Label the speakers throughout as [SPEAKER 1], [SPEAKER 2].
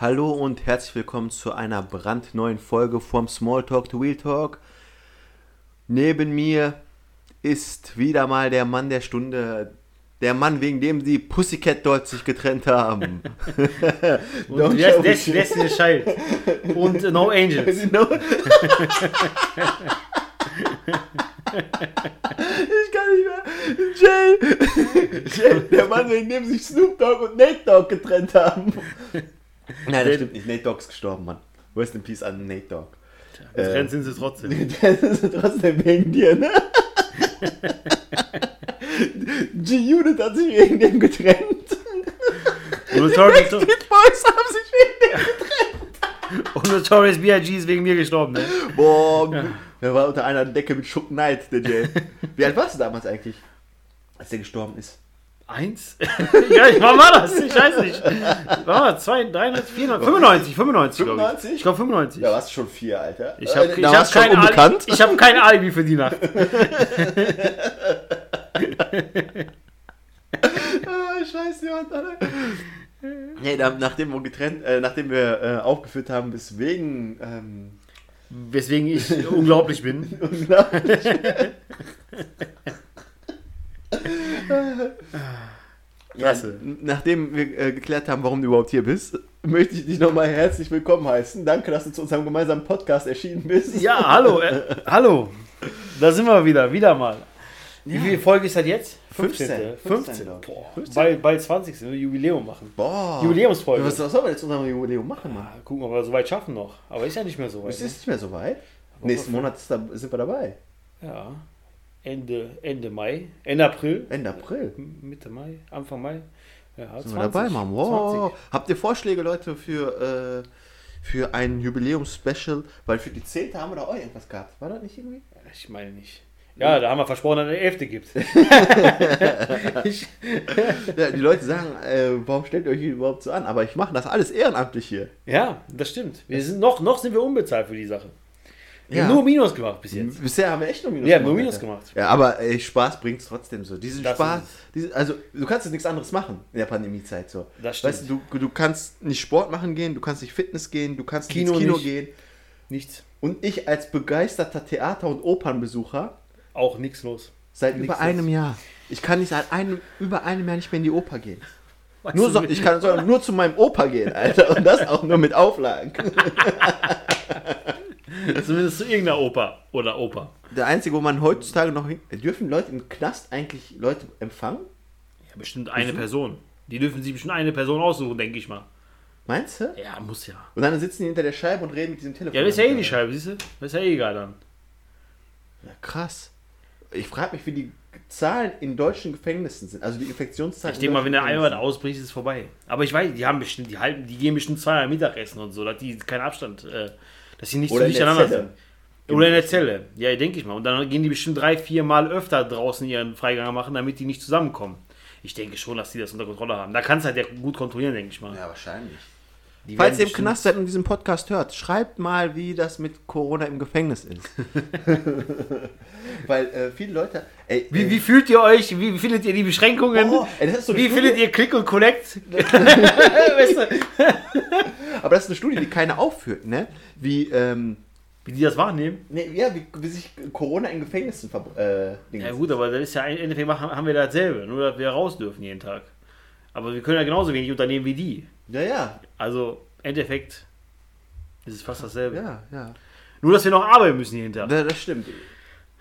[SPEAKER 1] Hallo und herzlich willkommen zu einer brandneuen Folge vom Small Talk to Real Talk. Neben mir ist wieder mal der Mann der Stunde. Der Mann, wegen dem die Pussycat Dolls sich getrennt haben.
[SPEAKER 2] Und yes, yes, yes, yes, Child. Und äh, No Angels.
[SPEAKER 1] Ich kann nicht mehr. Jay, Jay, der Mann, wegen dem sich Snoop Dogg und Nate Dogg getrennt haben. Nein, das stimmt nicht. Nate Dogg ist gestorben, Mann. Rest in Peace an Nate Dogg.
[SPEAKER 2] Getrennt sind sie trotzdem.
[SPEAKER 1] Das ist trotzdem wegen dir, ne? G-Unit hat sich wegen dem getrennt.
[SPEAKER 2] Und Notorious,
[SPEAKER 1] Pit Boys haben sich wegen dem
[SPEAKER 2] und Notorious B.I.G. ist wegen mir gestorben. Ne?
[SPEAKER 1] getrennt. Boah, der war unter einer Decke mit Schuck Knight, der Jay. Wie alt warst du damals eigentlich, als der gestorben ist?
[SPEAKER 2] Eins? ja, ich, wann war das? Ich weiß nicht. Wann war das? 92, 93, 94, 95, 95 glaube ich.
[SPEAKER 1] 95?
[SPEAKER 2] Ich glaube 95.
[SPEAKER 1] Da warst du schon vier, Alter.
[SPEAKER 2] Ich habe
[SPEAKER 1] Äh,
[SPEAKER 2] ich
[SPEAKER 1] da
[SPEAKER 2] hab
[SPEAKER 1] warst du schon
[SPEAKER 2] kein, Alibi-
[SPEAKER 1] unbekannt.
[SPEAKER 2] ich hab kein Alibi für die Nacht.
[SPEAKER 1] Ah, scheiß jemand, Alter. Nee, da, nachdem wir getrennt, äh, nachdem wir äh, aufgeführt haben, weswegen ähm,
[SPEAKER 2] Weswegen ich unglaublich bin.
[SPEAKER 1] ja,
[SPEAKER 2] Klasse.
[SPEAKER 1] n- nachdem wir äh, geklärt haben, warum du überhaupt hier bist, möchte ich dich nochmal herzlich willkommen heißen. Danke, dass du zu unserem gemeinsamen Podcast erschienen bist.
[SPEAKER 2] Ja, hallo. Äh, hallo. Da sind wir wieder, wieder mal. Wie viel Folge ist das jetzt?
[SPEAKER 1] 15.
[SPEAKER 2] 15.
[SPEAKER 1] 15.
[SPEAKER 2] Boah, Bald, bald 20. sind wir Jubiläum machen.
[SPEAKER 1] Boah.
[SPEAKER 2] Jubiläumsfolge.
[SPEAKER 1] Was, was sollen wir jetzt zu unserem Jubiläum machen, Mann?
[SPEAKER 2] Mal Gucken, ob wir so weit schaffen noch. Aber ist ja nicht mehr so weit.
[SPEAKER 1] Es
[SPEAKER 2] Ne?
[SPEAKER 1] ist nicht mehr so weit. Nächsten Monat ist da, sind wir dabei.
[SPEAKER 2] Ja. Ende, Ende Mai. Ende April.
[SPEAKER 1] Ende April.
[SPEAKER 2] M- Mitte Mai. Anfang Mai. Ja,
[SPEAKER 1] Sind wir dabei, Mann. Wow. Habt ihr Vorschläge, Leute, für, äh, für ein Jubiläumspecial? Weil für die 10. haben wir da auch irgendwas gehabt. War das nicht irgendwie?
[SPEAKER 2] Ich meine nicht. Ja, da haben wir versprochen, dass es eine Elfte gibt. ich,
[SPEAKER 1] Ja, die Leute sagen, äh, warum stellt ihr euch hier überhaupt so an? Aber ich mache das alles ehrenamtlich hier.
[SPEAKER 2] ja, das stimmt. Wir sind noch, noch sind wir unbezahlt für die Sache. Wir
[SPEAKER 1] Ja.
[SPEAKER 2] haben nur Minus gemacht bis jetzt.
[SPEAKER 1] Bisher haben wir echt nur Minus
[SPEAKER 2] Mhm. Ja, nur Minus
[SPEAKER 1] Alter.
[SPEAKER 2] gemacht.
[SPEAKER 1] Ja, aber ey, Spaß bringt es trotzdem so. Diesen
[SPEAKER 2] Das
[SPEAKER 1] Spaß,
[SPEAKER 2] ist
[SPEAKER 1] diesen, also du kannst jetzt nichts anderes machen in der Pandemiezeit so.
[SPEAKER 2] Das
[SPEAKER 1] weißt du, du, du kannst nicht Sport machen gehen, du kannst nicht Fitness gehen, du kannst
[SPEAKER 2] Kino
[SPEAKER 1] nicht ins Kino
[SPEAKER 2] nicht.
[SPEAKER 1] gehen.
[SPEAKER 2] Nichts.
[SPEAKER 1] Und ich als begeisterter Theater- und Opernbesucher
[SPEAKER 2] Auch nichts los.
[SPEAKER 1] Seit
[SPEAKER 2] Nix
[SPEAKER 1] über
[SPEAKER 2] ist.
[SPEAKER 1] einem Jahr. Ich kann nicht seit einem, über einem Jahr nicht mehr in die Oper gehen.
[SPEAKER 2] Weißt
[SPEAKER 1] Nur
[SPEAKER 2] du,
[SPEAKER 1] so, ich kann sogar nur zu meinem Opa gehen, Alter. Und das auch nur mit Auflagen.
[SPEAKER 2] Zumindest zu irgendeiner Oper oder Oper.
[SPEAKER 1] Der einzige, wo man heutzutage noch hin. Dürfen Leute im Knast eigentlich Leute empfangen?
[SPEAKER 2] Ja, bestimmt eine Person. Die dürfen sich bestimmt eine Person aussuchen, denke ich mal.
[SPEAKER 1] Meinst du?
[SPEAKER 2] Ja, muss ja.
[SPEAKER 1] Und dann sitzen die hinter der Scheibe und reden mit diesem Telefon.
[SPEAKER 2] Ja, das ist ja eh die Scheibe, siehst du? Das ist ja eh egal dann.
[SPEAKER 1] Ja, krass. Ich frage mich, wie die Zahlen in deutschen Gefängnissen sind. Also die Infektionszahlen.
[SPEAKER 2] Ich
[SPEAKER 1] in
[SPEAKER 2] denke mal, wenn
[SPEAKER 1] deutschen
[SPEAKER 2] der einmal
[SPEAKER 1] Gefängnissen.
[SPEAKER 2] ausbricht, ist es vorbei. Aber ich weiß, die haben bestimmt, die halten, die gehen bestimmt zweimal Mittagessen und so, dass die keinen Abstand, äh, dass sie nicht
[SPEAKER 1] Oder
[SPEAKER 2] so
[SPEAKER 1] in der
[SPEAKER 2] durcheinander sind.
[SPEAKER 1] Zelle.
[SPEAKER 2] Oder in der Zelle. Ja, denke ich mal. Und dann gehen die bestimmt drei, vier Mal öfter draußen ihren Freigang machen, damit die nicht zusammenkommen. Ich denke schon, dass die das unter Kontrolle haben. Da kannst du halt ja gut kontrollieren, denke ich mal.
[SPEAKER 1] Ja, wahrscheinlich.
[SPEAKER 2] Die
[SPEAKER 1] Falls ihr
[SPEAKER 2] werden
[SPEAKER 1] im
[SPEAKER 2] bestimmt-
[SPEAKER 1] Knast seid und diesen Podcast hört, schreibt mal, wie das mit Corona im Gefängnis ist. Weil äh, viele Leute. Ey, äh,
[SPEAKER 2] Wie, wie fühlt ihr euch? Wie findet ihr die Beschränkungen?
[SPEAKER 1] Oh, ey, das ist so eine
[SPEAKER 2] wie
[SPEAKER 1] Studie.
[SPEAKER 2] findet ihr Click und Collect? weißt du,
[SPEAKER 1] Aber das ist eine Studie, die keiner aufführt, ne? Wie, ähm,
[SPEAKER 2] wie die das wahrnehmen?
[SPEAKER 1] ne, ja, wie, wie sich Corona in Gefängnissen ver äh, Dings.
[SPEAKER 2] Ja gut, aber das ist ja im Endeffekt machen, haben wir dasselbe, nur dass wir raus dürfen jeden Tag. Aber wir können ja genauso wenig unternehmen wie die.
[SPEAKER 1] ja, ja,
[SPEAKER 2] Also im Endeffekt ist es fast dasselbe.
[SPEAKER 1] ja, ja.
[SPEAKER 2] Nur dass wir noch arbeiten müssen jeden Tag.
[SPEAKER 1] Da, das stimmt.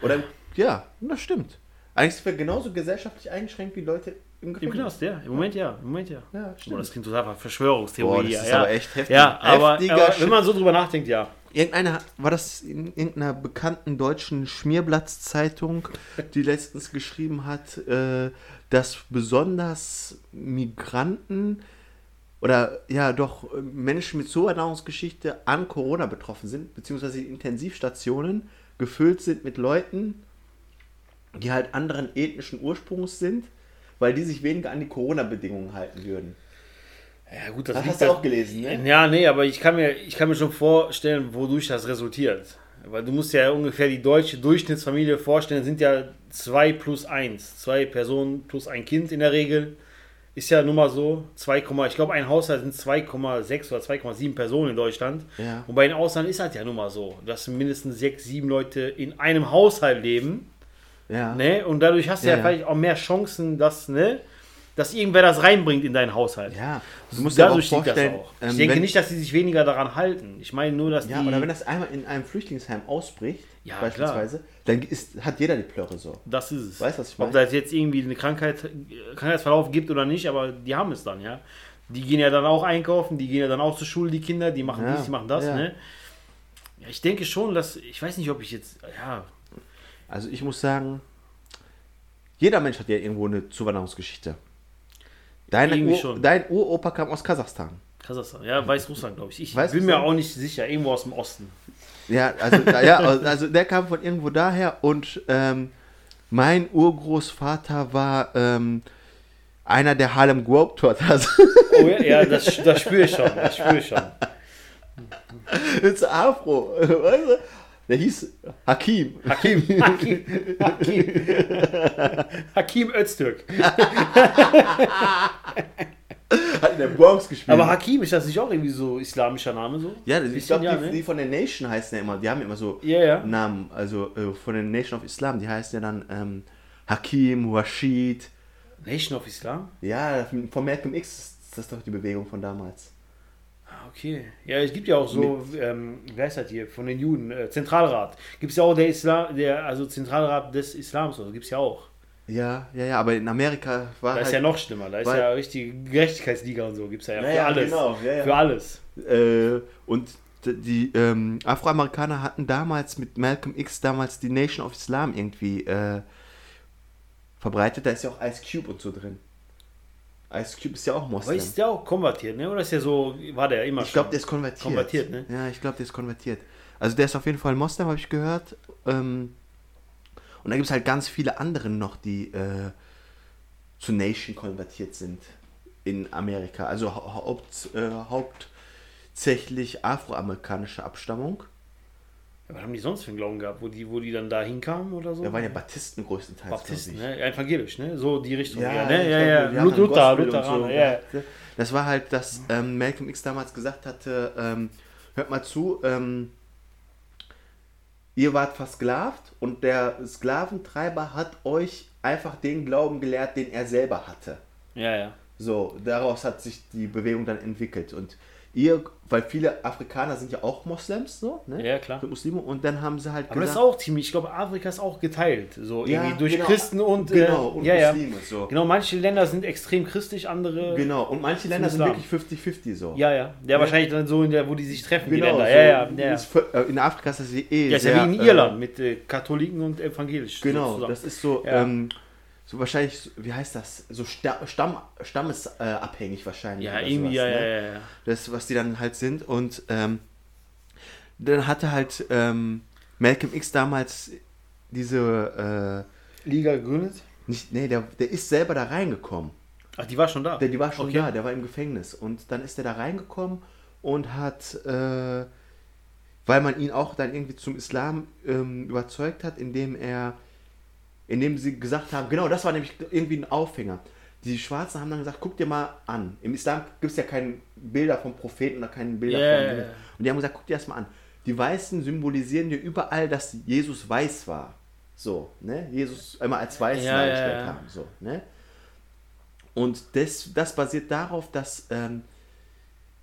[SPEAKER 1] Oder ja, das stimmt. Eigentlich sind wir genauso gesellschaftlich eingeschränkt wie Leute im
[SPEAKER 2] Im
[SPEAKER 1] Gefängnis.
[SPEAKER 2] Knast, ja. Im Moment ja. Im Moment ja.
[SPEAKER 1] Ja,
[SPEAKER 2] Boah,
[SPEAKER 1] stimmt.
[SPEAKER 2] das klingt total nach Verschwörungstheorie.
[SPEAKER 1] Boah, das ist
[SPEAKER 2] ja.
[SPEAKER 1] aber echt heftig.
[SPEAKER 2] Ja, aber,
[SPEAKER 1] Heftiger
[SPEAKER 2] aber
[SPEAKER 1] Shit.
[SPEAKER 2] wenn man so drüber nachdenkt, ja.
[SPEAKER 1] Irgendeiner, war das in irgendeiner bekannten deutschen Schmierblatzzeitung, die letztens geschrieben hat, äh, dass besonders Migranten oder ja doch äh, Menschen mit so einer Nahrungsgeschichte an Corona betroffen sind, beziehungsweise die Intensivstationen gefüllt sind mit Leuten, die halt anderen ethnischen Ursprungs sind, weil die sich weniger an die Corona-Bedingungen halten würden.
[SPEAKER 2] Ja gut, das,
[SPEAKER 1] Das
[SPEAKER 2] liegt
[SPEAKER 1] hast du
[SPEAKER 2] halt-
[SPEAKER 1] auch gelesen, ne?
[SPEAKER 2] Ja, nee, aber ich kann mir, ich kann mir schon vorstellen, wodurch das resultiert. Weil du musst ja ungefähr die deutsche Durchschnittsfamilie vorstellen, sind ja zwei plus eins. Zwei Personen plus ein Kind in der Regel. Ist ja nun mal so, 2, ich glaube, ein Haushalt sind 2,6 oder 2,7 Personen in Deutschland.
[SPEAKER 1] Ja.
[SPEAKER 2] Und bei den Ausland ist das ja nun mal so, dass mindestens sechs, sieben Leute in einem Haushalt leben.
[SPEAKER 1] Ja.
[SPEAKER 2] Ne? Und dadurch hast du ja,
[SPEAKER 1] Ja, ja.
[SPEAKER 2] vielleicht auch mehr Chancen, dass, ne, dass irgendwer das reinbringt in deinen Haushalt.
[SPEAKER 1] ja. Du musst dir aber auch
[SPEAKER 2] Dadurch liegt das
[SPEAKER 1] vorstellen,
[SPEAKER 2] auch. Ich
[SPEAKER 1] ähm,
[SPEAKER 2] denke
[SPEAKER 1] wenn,
[SPEAKER 2] nicht, dass sie sich weniger daran halten. Ich meine nur, dass
[SPEAKER 1] ja,
[SPEAKER 2] die.
[SPEAKER 1] oder wenn das einmal in einem Flüchtlingsheim ausbricht,
[SPEAKER 2] Ja,
[SPEAKER 1] beispielsweise, dann ist, hat jeder die Plörre so.
[SPEAKER 2] Das ist es.
[SPEAKER 1] Weißt du, was ich
[SPEAKER 2] Ob
[SPEAKER 1] meine?
[SPEAKER 2] da jetzt irgendwie eine Krankheit, Krankheitsverlauf gibt oder nicht, aber die haben es dann, ja. Die gehen ja dann auch einkaufen, die gehen ja dann auch zur Schule, die Kinder, die machen
[SPEAKER 1] Ja,
[SPEAKER 2] dies, die machen das,
[SPEAKER 1] ja.
[SPEAKER 2] ne? Ja, ich denke schon, dass, ich weiß nicht, ob ich jetzt, ja,
[SPEAKER 1] Also ich muss sagen, jeder Mensch hat ja irgendwo eine Zuwanderungsgeschichte. Deine
[SPEAKER 2] Irgendwie
[SPEAKER 1] Ur,
[SPEAKER 2] schon.
[SPEAKER 1] dein Uropa kam aus Kasachstan.
[SPEAKER 2] Kasachstan, ja, Weißrussland, glaube ich. Ich
[SPEAKER 1] Weißrussland?
[SPEAKER 2] bin mir auch nicht sicher, irgendwo aus dem Osten.
[SPEAKER 1] Ja, also, ja, also der kam von irgendwo daher und ähm, mein Urgroßvater war ähm, einer der Harlem Globetrotters.
[SPEAKER 2] Oh ja, ja das, das spüre ich schon, das spüre ich schon.
[SPEAKER 1] It's Afro. Weißt du? Der hieß Hakim.
[SPEAKER 2] Hakim, Hakim, Hakim. Hakim Öztürk.
[SPEAKER 1] Hat in der Bronx gespielt.
[SPEAKER 2] Aber Hakim, ist das nicht auch irgendwie so islamischer Name so?
[SPEAKER 1] ja, das, ich
[SPEAKER 2] Bisschen
[SPEAKER 1] glaube, die,
[SPEAKER 2] ne?
[SPEAKER 1] die von der Nation heißen ja immer, die haben ja immer so
[SPEAKER 2] Ja, ja.
[SPEAKER 1] Namen, also äh, von der Nation of Islam, die heißt ja dann ähm, Hakim, Rashid.
[SPEAKER 2] Nation of Islam?
[SPEAKER 1] Ja, von Malcolm X ist das doch die Bewegung von damals.
[SPEAKER 2] Ah, Okay. Ja, es gibt ja auch so, ähm, wer heißt das hier, von den Juden, äh, Zentralrat. Gibt es ja auch der Islam, der, also Zentralrat des Islams, also gibt es ja auch.
[SPEAKER 1] Ja, ja, ja, aber in Amerika war
[SPEAKER 2] Da ist ja
[SPEAKER 1] halt,
[SPEAKER 2] noch schlimmer, da ist
[SPEAKER 1] Weil-
[SPEAKER 2] ja richtige Gerechtigkeitsliga und so, gibt es ja,
[SPEAKER 1] Ja,
[SPEAKER 2] für
[SPEAKER 1] ja,
[SPEAKER 2] alles.
[SPEAKER 1] genau, ja, ja.
[SPEAKER 2] Für alles.
[SPEAKER 1] äh, und d- die ähm, Afroamerikaner hatten damals mit Malcolm X damals die Nation of Islam irgendwie äh, verbreitet. Da ist ja auch Ice Cube und so drin. Ice Cube ist ja auch
[SPEAKER 2] Aber
[SPEAKER 1] Moslem.
[SPEAKER 2] ist der auch konvertiert, ne? Oder ist der so, war der immer
[SPEAKER 1] Ich glaube, der
[SPEAKER 2] schon?
[SPEAKER 1] ist konvertiert.
[SPEAKER 2] Konvertiert, ne?
[SPEAKER 1] Ja, ich glaube, der ist konvertiert. Also der ist auf jeden Fall Moslem, habe ich gehört. Ähm, und da gibt es halt ganz viele andere noch, die äh, zu Nation konvertiert sind in Amerika. Also hau- haupt, äh, hauptsächlich afroamerikanische Abstammung.
[SPEAKER 2] Ja, Was haben die sonst für einen Glauben gehabt, wo die, wo die dann da hinkamen oder so?
[SPEAKER 1] Da waren ja Baptisten größtenteils. glaub
[SPEAKER 2] Baptisten,
[SPEAKER 1] ich.
[SPEAKER 2] ne? Ja, evangelisch, ne? So die Richtung.
[SPEAKER 1] Ja,
[SPEAKER 2] Ja,
[SPEAKER 1] ja,
[SPEAKER 2] ne? ja, ja.
[SPEAKER 1] ja, ja.
[SPEAKER 2] Luther, Luther,
[SPEAKER 1] Gospel und
[SPEAKER 2] Lutheraner,
[SPEAKER 1] so,
[SPEAKER 2] ja.
[SPEAKER 1] Das war halt, dass ähm, Malcolm X damals gesagt hatte, ähm, hört mal zu, ähm, ihr wart versklavt und der Sklaventreiber hat euch einfach den Glauben gelehrt, den er selber hatte.
[SPEAKER 2] Ja, ja.
[SPEAKER 1] So, daraus hat sich die Bewegung dann entwickelt. Und ihr, weil viele Afrikaner sind ja auch Moslems, so, ne?
[SPEAKER 2] Ja, klar.
[SPEAKER 1] Sind Muslime und dann haben sie halt
[SPEAKER 2] Aber das ist auch ziemlich, ich glaube, Afrika ist auch geteilt. So
[SPEAKER 1] Ja,
[SPEAKER 2] irgendwie durch
[SPEAKER 1] genau.
[SPEAKER 2] Christen und,
[SPEAKER 1] Genau,
[SPEAKER 2] äh,
[SPEAKER 1] und
[SPEAKER 2] ja, ja.
[SPEAKER 1] Muslime, so.
[SPEAKER 2] Genau, manche Länder sind extrem christlich, andere.
[SPEAKER 1] Genau, und manche Länder sind
[SPEAKER 2] äh, Islam.
[SPEAKER 1] wirklich 50-50 so.
[SPEAKER 2] Ja, ja. Ja, wahrscheinlich dann so in der, wo die sich treffen, die
[SPEAKER 1] Genau,
[SPEAKER 2] Länder.
[SPEAKER 1] so
[SPEAKER 2] ja, ja, ja.
[SPEAKER 1] ist vö- äh, In Afrika ist das eh
[SPEAKER 2] Ja, ist
[SPEAKER 1] sehr,
[SPEAKER 2] ja wie in
[SPEAKER 1] äh,
[SPEAKER 2] Irland mit äh, Katholiken und evangelisch.
[SPEAKER 1] Genau,
[SPEAKER 2] sozusagen.
[SPEAKER 1] das ist so,
[SPEAKER 2] Ja.
[SPEAKER 1] ähm, so wahrscheinlich, so- wie heißt das? So sta Stamm, stammesabhängig wahrscheinlich.
[SPEAKER 2] Ja,
[SPEAKER 1] oder
[SPEAKER 2] irgendwie, ja,
[SPEAKER 1] sowas, ne?
[SPEAKER 2] ja, ja, ja.
[SPEAKER 1] Das, was die dann halt sind. Und ähm, dann hatte halt ähm, Malcolm X damals diese,
[SPEAKER 2] Liga gegründet?
[SPEAKER 1] äh, nicht, nee, der, der ist selber da reingekommen.
[SPEAKER 2] Ach, die war schon da.
[SPEAKER 1] Der, die war schon
[SPEAKER 2] Okay.
[SPEAKER 1] da, der war im Gefängnis. Und dann ist er da reingekommen und hat, äh, weil man ihn auch dann irgendwie zum Islam ähm, überzeugt hat, indem er, indem sie gesagt haben, genau, das war nämlich irgendwie ein Aufhänger. Die Schwarzen haben dann gesagt, guck dir mal an. Im Islam gibt es ja keine Bilder vom Propheten oder keine Bilder
[SPEAKER 2] Ja,
[SPEAKER 1] von...
[SPEAKER 2] ja, ja.
[SPEAKER 1] Und die haben gesagt, guck dir das mal an. Die Weißen symbolisieren dir überall, dass Jesus weiß war. So, ne? Jesus einmal als Weißen
[SPEAKER 2] Ja, ja,
[SPEAKER 1] dargestellt
[SPEAKER 2] ja.
[SPEAKER 1] haben. So, ne? Und das, das basiert darauf, dass, ähm,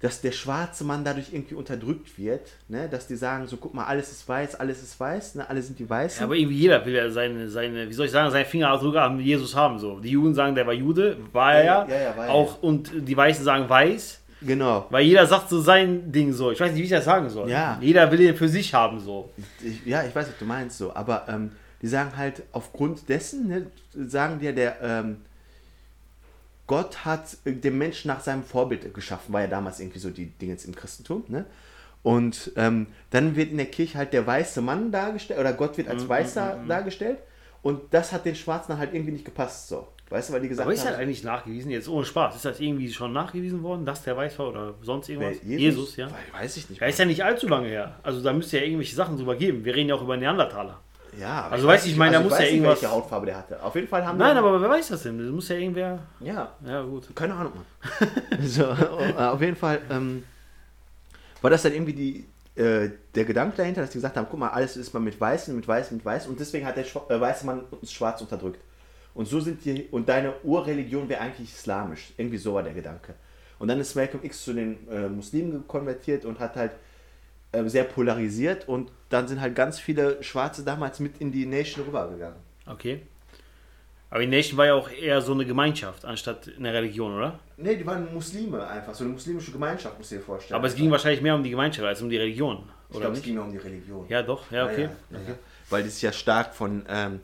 [SPEAKER 1] dass der schwarze Mann dadurch irgendwie unterdrückt wird. Ne? Dass die sagen, so guck mal, alles ist weiß, alles ist weiß, ne? alle sind die
[SPEAKER 2] Ja,
[SPEAKER 1] Weißen.
[SPEAKER 2] aber irgendwie jeder will ja seine, seine, wie soll ich sagen, seine Fingerabdrücke an Jesus haben. So. Die Juden sagen, der war Jude, war er
[SPEAKER 1] Ja,
[SPEAKER 2] ja.
[SPEAKER 1] ja, ja, war er.
[SPEAKER 2] auch, und die Weißen sagen weiß.
[SPEAKER 1] genau.
[SPEAKER 2] Weil jeder sagt so sein Ding so. Ich weiß nicht, wie ich das sagen soll.
[SPEAKER 1] Ja.
[SPEAKER 2] Jeder will den für sich haben so.
[SPEAKER 1] Ich, ja, ich weiß, was du meinst so, aber ähm, die sagen halt, aufgrund dessen, ne, sagen die ja, der ähm, Gott hat äh, den Menschen nach seinem Vorbild geschaffen, war ja damals irgendwie so die Dinge jetzt im Christentum, ne? Und ähm, dann wird in der Kirche halt der weiße Mann dargestellt, oder Gott wird
[SPEAKER 2] Mhm,
[SPEAKER 1] als Weißer dargestellt, und das hat den Schwarzen halt irgendwie nicht gepasst, so. Weißt du, weil die gesagt
[SPEAKER 2] Aber ist halt das
[SPEAKER 1] haben,
[SPEAKER 2] eigentlich nachgewiesen, jetzt ohne Spaß, ist das irgendwie schon nachgewiesen worden, dass der weiß war oder sonst
[SPEAKER 1] wer-
[SPEAKER 2] irgendwas? ja.
[SPEAKER 1] Weiß ich nicht.
[SPEAKER 2] Ja, ist ja nicht allzu lange her. Also da müsste ja irgendwelche Sachen drüber geben. Wir reden ja auch über Neandertaler.
[SPEAKER 1] Ja, aber
[SPEAKER 2] Also, weißt du, ich meine, da muss ja
[SPEAKER 1] nicht,
[SPEAKER 2] irgendwas-
[SPEAKER 1] welche Hautfarbe der hatte. Auf jeden Fall haben
[SPEAKER 2] Nein,
[SPEAKER 1] wir-
[SPEAKER 2] aber wer weiß das denn? Das muss ja irgendwer.
[SPEAKER 1] Ja,
[SPEAKER 2] Ja, gut.
[SPEAKER 1] keine Ahnung, Mann. so, äh, auf jeden Fall ähm, war das dann irgendwie die, äh, der Gedanke dahinter, dass die gesagt haben, guck mal, alles ist mal mit Weißen, mit Weißen, mit Weißen und deswegen hat der Schwa äh, weiße Mann uns schwarz unterdrückt. Und so sind die, und deine Urreligion wäre eigentlich islamisch. Irgendwie so war der Gedanke. Und dann ist Malcolm X zu den äh, Muslimen konvertiert und hat halt äh, sehr polarisiert und dann sind halt ganz viele Schwarze damals mit in die Nation rübergegangen.
[SPEAKER 2] Okay. Aber die Nation war ja auch eher so eine Gemeinschaft anstatt eine Religion, oder?
[SPEAKER 1] Ne, die waren Muslime einfach, so eine muslimische Gemeinschaft, musst du dir vorstellen.
[SPEAKER 2] Aber es ging wahrscheinlich mehr um die Gemeinschaft als um die Religion,
[SPEAKER 1] Ich
[SPEAKER 2] oder
[SPEAKER 1] glaube, es
[SPEAKER 2] nicht?
[SPEAKER 1] ging mehr um die Religion.
[SPEAKER 2] Ja, doch. Ja, okay.
[SPEAKER 1] Ja, ja, ja. Weil das ist ja stark von, ähm,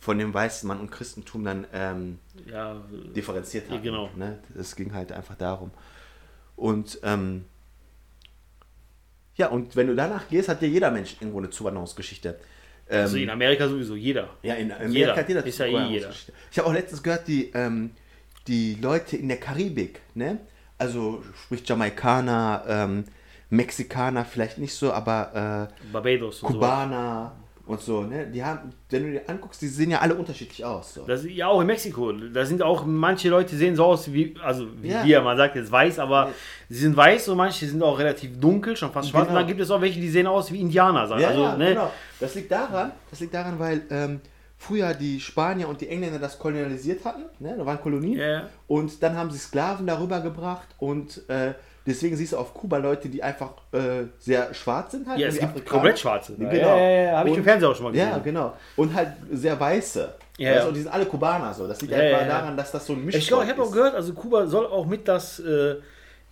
[SPEAKER 1] von dem weißen Mann und Christentum dann ähm,
[SPEAKER 2] Ja,
[SPEAKER 1] differenziert
[SPEAKER 2] Ja,
[SPEAKER 1] haben.
[SPEAKER 2] genau.
[SPEAKER 1] Ne? Es ging halt einfach darum. Und ähm, ja, und wenn du danach gehst, hat ja jeder Mensch irgendwo eine Zuwanderungsgeschichte. Ähm,
[SPEAKER 2] also in Amerika sowieso, jeder.
[SPEAKER 1] ja, in Amerika
[SPEAKER 2] Jeder.
[SPEAKER 1] hat jeder
[SPEAKER 2] Ist ja eh
[SPEAKER 1] Zuwanderungsgeschichte. Ich habe auch letztens gehört, die, ähm, die Leute in der Karibik, ne? Also sprich Jamaikaner, ähm, Mexikaner vielleicht nicht so, aber äh,
[SPEAKER 2] Barbados und so.
[SPEAKER 1] Kubaner und so, ne? Die haben, wenn du dir anguckst, die sehen ja alle unterschiedlich aus. So.
[SPEAKER 2] Das, ja, auch in Mexiko. Da sind auch manche Leute sehen so aus wie, also wie
[SPEAKER 1] Ja.
[SPEAKER 2] wir, man sagt jetzt weiß, aber sie sind weiß und manche sind auch relativ dunkel, schon fast schwarz.
[SPEAKER 1] Genau.
[SPEAKER 2] Und dann gibt es auch welche, die sehen aus wie Indianer. Sagen.
[SPEAKER 1] Ja,
[SPEAKER 2] also,
[SPEAKER 1] ja,
[SPEAKER 2] ne?
[SPEAKER 1] genau. Das liegt daran, das liegt daran, weil ähm, früher die Spanier und die Engländer das kolonialisiert hatten, ne? Da waren Kolonien.
[SPEAKER 2] Ja, ja.
[SPEAKER 1] Und dann haben sie Sklaven darüber gebracht und äh, deswegen siehst du auf Kuba Leute, die einfach äh, sehr schwarz sind halt.
[SPEAKER 2] Ja, es
[SPEAKER 1] wie
[SPEAKER 2] gibt
[SPEAKER 1] Afrikaner.
[SPEAKER 2] komplett Schwarze.
[SPEAKER 1] Genau.
[SPEAKER 2] Ja, ja, ja, hab ich
[SPEAKER 1] Und-
[SPEAKER 2] im Fernsehen auch schon mal
[SPEAKER 1] Ja,
[SPEAKER 2] gesehen.
[SPEAKER 1] genau. Und halt sehr weiße.
[SPEAKER 2] Ja,
[SPEAKER 1] Weißt du,
[SPEAKER 2] ja.
[SPEAKER 1] Und die sind alle Kubaner so. Das liegt
[SPEAKER 2] Ja,
[SPEAKER 1] einfach
[SPEAKER 2] ja, ja.
[SPEAKER 1] daran, dass das so ein Mischung
[SPEAKER 2] Ich glaube, ich habe auch gehört, also Kuba soll auch mit das, äh,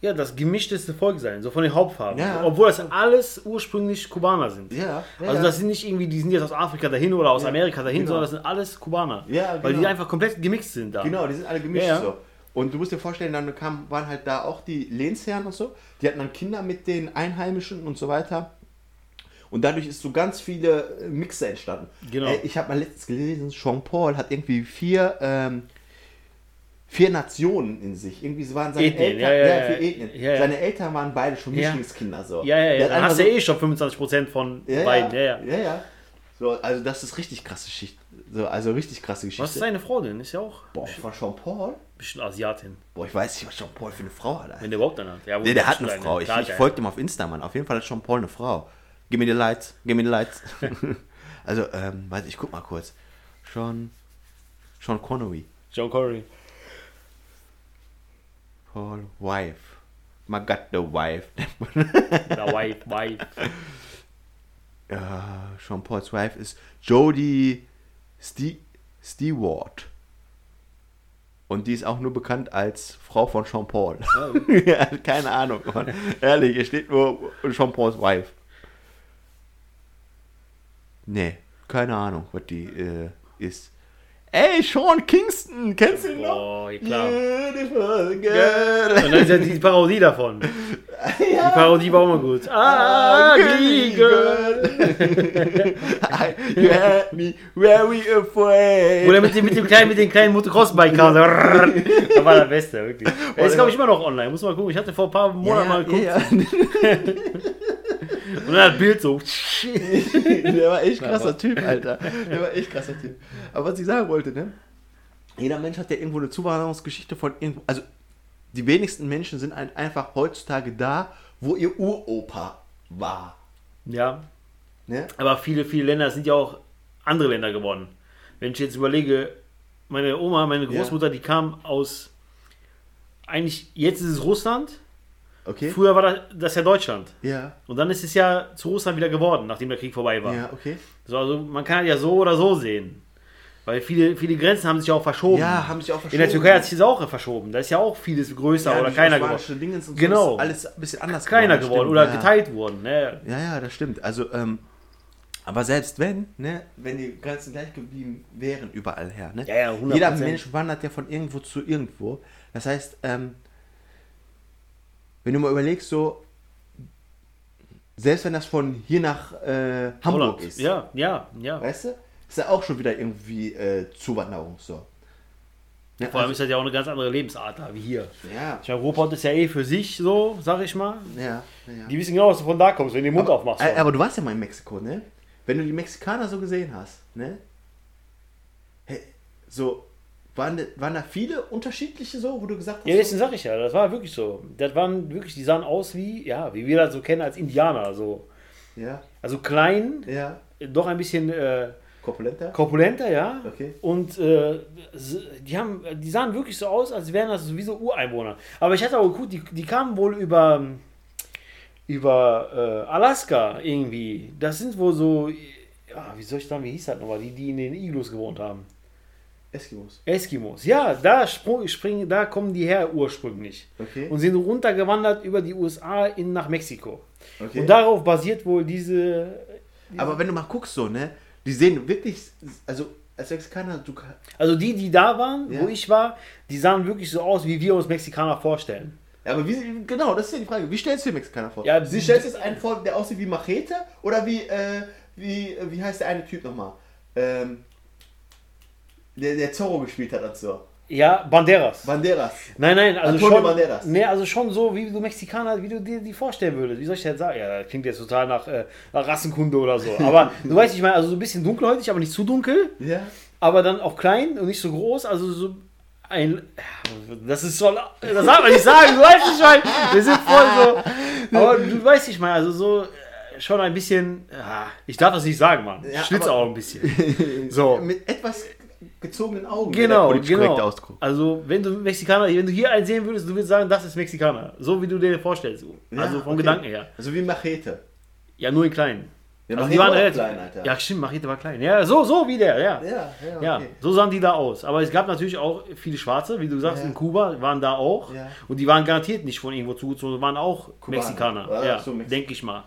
[SPEAKER 2] ja, das gemischteste Volk sein, so von den Hauptfarben.
[SPEAKER 1] Ja.
[SPEAKER 2] Obwohl das alles ursprünglich Kubaner sind.
[SPEAKER 1] Ja, ja,
[SPEAKER 2] also
[SPEAKER 1] ja.
[SPEAKER 2] das sind nicht irgendwie, die sind jetzt aus Afrika dahin oder aus
[SPEAKER 1] Ja,
[SPEAKER 2] Amerika dahin,
[SPEAKER 1] genau.
[SPEAKER 2] sondern das sind alles Kubaner.
[SPEAKER 1] Ja,
[SPEAKER 2] Weil die
[SPEAKER 1] genau.
[SPEAKER 2] einfach komplett gemixt sind da.
[SPEAKER 1] Genau, die sind alle gemischt
[SPEAKER 2] Ja, ja.
[SPEAKER 1] so. Und du musst dir vorstellen, dann kam, waren halt da auch die Lehnsherren und so. Die hatten dann Kinder mit den Einheimischen und so weiter. Und dadurch ist so ganz viele äh, Mixe entstanden.
[SPEAKER 2] Genau.
[SPEAKER 1] Äh, ich habe mal letztens gelesen, Jean Paul hat irgendwie vier, ähm, vier Nationen in sich. Irgendwie so waren seine
[SPEAKER 2] Ethnien,
[SPEAKER 1] Eltern,
[SPEAKER 2] ja, ja,
[SPEAKER 1] vier
[SPEAKER 2] ja.
[SPEAKER 1] Ethnien.
[SPEAKER 2] Ja, ja.
[SPEAKER 1] Seine Eltern waren beide schon
[SPEAKER 2] Ja.
[SPEAKER 1] Mischlingskinder so.
[SPEAKER 2] Ja, ja,
[SPEAKER 1] Der
[SPEAKER 2] ja.
[SPEAKER 1] hat
[SPEAKER 2] Dann
[SPEAKER 1] einfach
[SPEAKER 2] hast du
[SPEAKER 1] so-
[SPEAKER 2] eh schon 25% von
[SPEAKER 1] ja,
[SPEAKER 2] beiden. Ja,
[SPEAKER 1] ja,
[SPEAKER 2] ja.
[SPEAKER 1] ja, ja. So, also das ist richtig krasse Geschichte. So, also richtig krasse Geschichte.
[SPEAKER 2] Was ist seine Frau denn? Ist ja auch
[SPEAKER 1] Boah, von Jean Paul?
[SPEAKER 2] ein bisschen Asiatin.
[SPEAKER 1] Boah, ich weiß nicht, was Jean Paul für eine Frau hat. Alter.
[SPEAKER 2] Wenn der überhaupt eine hat. Ja,
[SPEAKER 1] Nee, der hat eine Frau. Ich, ich folgte ihm auf Insta, Mann. Auf jeden Fall hat Jean Paul eine Frau. Gib mir die Lights, gib mir die Lights. also, ähm, warte, ich guck mal kurz. Sean, Sean Connery,
[SPEAKER 2] John Corey.
[SPEAKER 1] Paul, Wife. My God, the Wife.
[SPEAKER 2] Oder Wife, Wife.
[SPEAKER 1] Ja, Sean Pauls Wife ist Jodie Ste Stewart. Und die ist auch nur bekannt als Frau von Sean Paul.
[SPEAKER 2] Oh.
[SPEAKER 1] ja, keine Ahnung, Mann. Ehrlich, hier steht nur Sean Pauls Wife. Nee, keine Ahnung, was die äh, ist. Ey, Sean Kingston, kennst du ihn noch?
[SPEAKER 2] Boah, ja, klar.
[SPEAKER 1] Beautiful
[SPEAKER 2] Und
[SPEAKER 1] girl.
[SPEAKER 2] dann ist ja die Parodie davon. Die Parodie war immer gut. Ah, Glee Girl.
[SPEAKER 1] I, you had me very afraid.
[SPEAKER 2] Oder mit dem, mit dem kleinen, mit den kleinen Motocross-Bike. kam so. Das war das Beste, wirklich. Er ist, glaube ich, immer noch online. Muss mal gucken. Ich hatte vor ein paar Monaten mal geguckt.
[SPEAKER 1] ja, ja.
[SPEAKER 2] Und dann hat Bild so.
[SPEAKER 1] der war echt krasser Typ, Alter. Der war echt krasser Typ. Aber was ich sagen wollte, ne? Jeder Mensch hat ja irgendwo eine Zuwanderungsgeschichte von irgendwo. Also, die wenigsten Menschen sind ein- einfach heutzutage da, wo ihr Uropa war.
[SPEAKER 2] Ja.
[SPEAKER 1] Ne?
[SPEAKER 2] Aber viele, viele Länder sind ja auch andere Länder geworden. Wenn ich jetzt überlege, meine Oma, meine Großmutter, die kam aus. Eigentlich, jetzt ist es Russland.
[SPEAKER 1] Okay?
[SPEAKER 2] Früher war das, das ja Deutschland.
[SPEAKER 1] Ja.
[SPEAKER 2] Und dann ist es ja zu Russland wieder geworden, nachdem der Krieg vorbei war.
[SPEAKER 1] Ja, okay.
[SPEAKER 2] So, also man kann ja so oder so sehen. Weil viele, viele Grenzen haben sich ja auch verschoben.
[SPEAKER 1] Ja, haben sich auch verschoben.
[SPEAKER 2] In der Türkei hat sich das auch verschoben. Da ist ja auch vieles größer
[SPEAKER 1] Ja,
[SPEAKER 2] oder
[SPEAKER 1] durch
[SPEAKER 2] keiner
[SPEAKER 1] osmanische
[SPEAKER 2] geworden.
[SPEAKER 1] Dingens und so
[SPEAKER 2] Genau.
[SPEAKER 1] ist Alles ein bisschen anders
[SPEAKER 2] Keiner
[SPEAKER 1] das
[SPEAKER 2] geworden
[SPEAKER 1] stimmt,
[SPEAKER 2] oder
[SPEAKER 1] ja.
[SPEAKER 2] geteilt worden. Ne?
[SPEAKER 1] Ja, ja, das stimmt. Also, ähm, aber selbst wenn, ne, wenn die Grenzen gleich geblieben wären, überall her, ne?
[SPEAKER 2] Ja, ja, 100%.
[SPEAKER 1] Jeder Mensch wandert ja von irgendwo zu irgendwo. Das heißt, ähm, wenn du mal überlegst, so, selbst wenn das von hier nach äh, Hamburg
[SPEAKER 2] Holland.
[SPEAKER 1] ist, Äh,
[SPEAKER 2] Ja, ja, ja.
[SPEAKER 1] weißt du, ist ja auch schon wieder irgendwie äh, Zuwanderung, so. Ne,
[SPEAKER 2] Vor allem
[SPEAKER 1] also,
[SPEAKER 2] ist das ja auch eine ganz andere Lebensart da, wie hier.
[SPEAKER 1] ja,
[SPEAKER 2] Ich meine, Ruhrpott ist ja eh für sich so, sag ich mal.
[SPEAKER 1] ja, ja.
[SPEAKER 2] Die wissen genau, dass du von da kommst, wenn du den Mund aufmachst.
[SPEAKER 1] Äh, aber du warst ja mal in Mexiko, ne? wenn du die Mexikaner so gesehen hast, ne? Hä, so, waren, da- waren da viele unterschiedliche so, wo du gesagt hast,
[SPEAKER 2] Ja, deswegen sag ich ja, das war wirklich so. Das waren wirklich, die sahen aus wie, ja, wie wir das so kennen als Indianer. So.
[SPEAKER 1] ja,
[SPEAKER 2] Also klein,
[SPEAKER 1] ja,
[SPEAKER 2] doch ein bisschen äh,
[SPEAKER 1] Korpulenter?
[SPEAKER 2] korpulenter, ja.
[SPEAKER 1] Okay.
[SPEAKER 2] Und äh, s- die, haben, die sahen wirklich so aus, als wären das sowieso Ureinwohner. Aber ich hatte auch geguckt, die, die kamen wohl über, über äh, Alaska irgendwie. Das sind wohl so, ja, wie soll ich sagen, wie hieß das nochmal, die, die in den Iglus gewohnt haben.
[SPEAKER 1] Eskimos.
[SPEAKER 2] Eskimos, ja, da, sprung, springen, da kommen die her ursprünglich.
[SPEAKER 1] Okay.
[SPEAKER 2] Und sind runtergewandert über die USA in, nach Mexiko.
[SPEAKER 1] Okay.
[SPEAKER 2] Und darauf basiert wohl diese.
[SPEAKER 1] Aber wenn du mal guckst, so, ne? Die sehen wirklich, also als Mexikaner, du ka-
[SPEAKER 2] Also die, die da waren,
[SPEAKER 1] Ja.
[SPEAKER 2] wo ich war, die sahen wirklich so aus, wie wir uns Mexikaner vorstellen.
[SPEAKER 1] Ja, aber wie, genau, das ist ja die Frage. Wie stellst du den Mexikaner vor?
[SPEAKER 2] Ja,
[SPEAKER 1] Sie stellst jetzt einen vor, der aussieht wie Machete oder wie, äh, wie, äh, wie heißt der eine Typ nochmal? Ähm, der, der Zorro gespielt hat dazu.
[SPEAKER 2] Ja, Banderas.
[SPEAKER 1] Banderas.
[SPEAKER 2] nein, nein, also
[SPEAKER 1] Antonio
[SPEAKER 2] schon.
[SPEAKER 1] Banderas.
[SPEAKER 2] Nee, also schon so, wie du Mexikaner, wie du dir die vorstellen würdest. Wie soll ich das sagen? Ja, das klingt jetzt total nach, äh, nach Rassenkunde oder so. Aber du weißt, ich meine, also so ein bisschen dunkelhäutig, aber nicht zu dunkel.
[SPEAKER 1] Ja.
[SPEAKER 2] aber dann auch klein und nicht so groß, also so ein. Das ist so. Das darf man nicht sagen, du weißt nicht, mein. Wir sind voll so. Aber du weißt nicht mal, also so äh, schon ein bisschen. ah, Ich darf das nicht sagen, Mann.
[SPEAKER 1] Ja,
[SPEAKER 2] Schlitz
[SPEAKER 1] aber-
[SPEAKER 2] auch ein bisschen. So.
[SPEAKER 1] Mit etwas gezogenen Augen. wenn der
[SPEAKER 2] Oh. Genau,
[SPEAKER 1] politisch korrekte
[SPEAKER 2] genau.
[SPEAKER 1] Ausdruck.
[SPEAKER 2] Also, wenn du Mexikaner, wenn du hier einen sehen würdest, du würdest sagen, das ist Mexikaner. So wie du dir vorstellst.
[SPEAKER 1] Ja,
[SPEAKER 2] Also vom
[SPEAKER 1] okay.
[SPEAKER 2] Gedanken her.
[SPEAKER 1] Also wie Machete.
[SPEAKER 2] Ja, nur in klein.
[SPEAKER 1] Ja, Machete
[SPEAKER 2] also, die waren
[SPEAKER 1] war auch
[SPEAKER 2] relativ.
[SPEAKER 1] klein, Alter.
[SPEAKER 2] Ja, stimmt, Machete war klein. Ja, so, so wie der, ja.
[SPEAKER 1] Ja, ja,
[SPEAKER 2] Ja,
[SPEAKER 1] okay.
[SPEAKER 2] so sahen die da aus. Aber es gab natürlich auch viele Schwarze, wie du sagst,
[SPEAKER 1] Ja.
[SPEAKER 2] in Kuba waren da auch.
[SPEAKER 1] Ja.
[SPEAKER 2] Und die waren garantiert nicht von irgendwo zugezogen, waren auch
[SPEAKER 1] Kubaner,
[SPEAKER 2] Mexikaner.
[SPEAKER 1] oder?
[SPEAKER 2] Ja,
[SPEAKER 1] So Mex-
[SPEAKER 2] denke ich mal.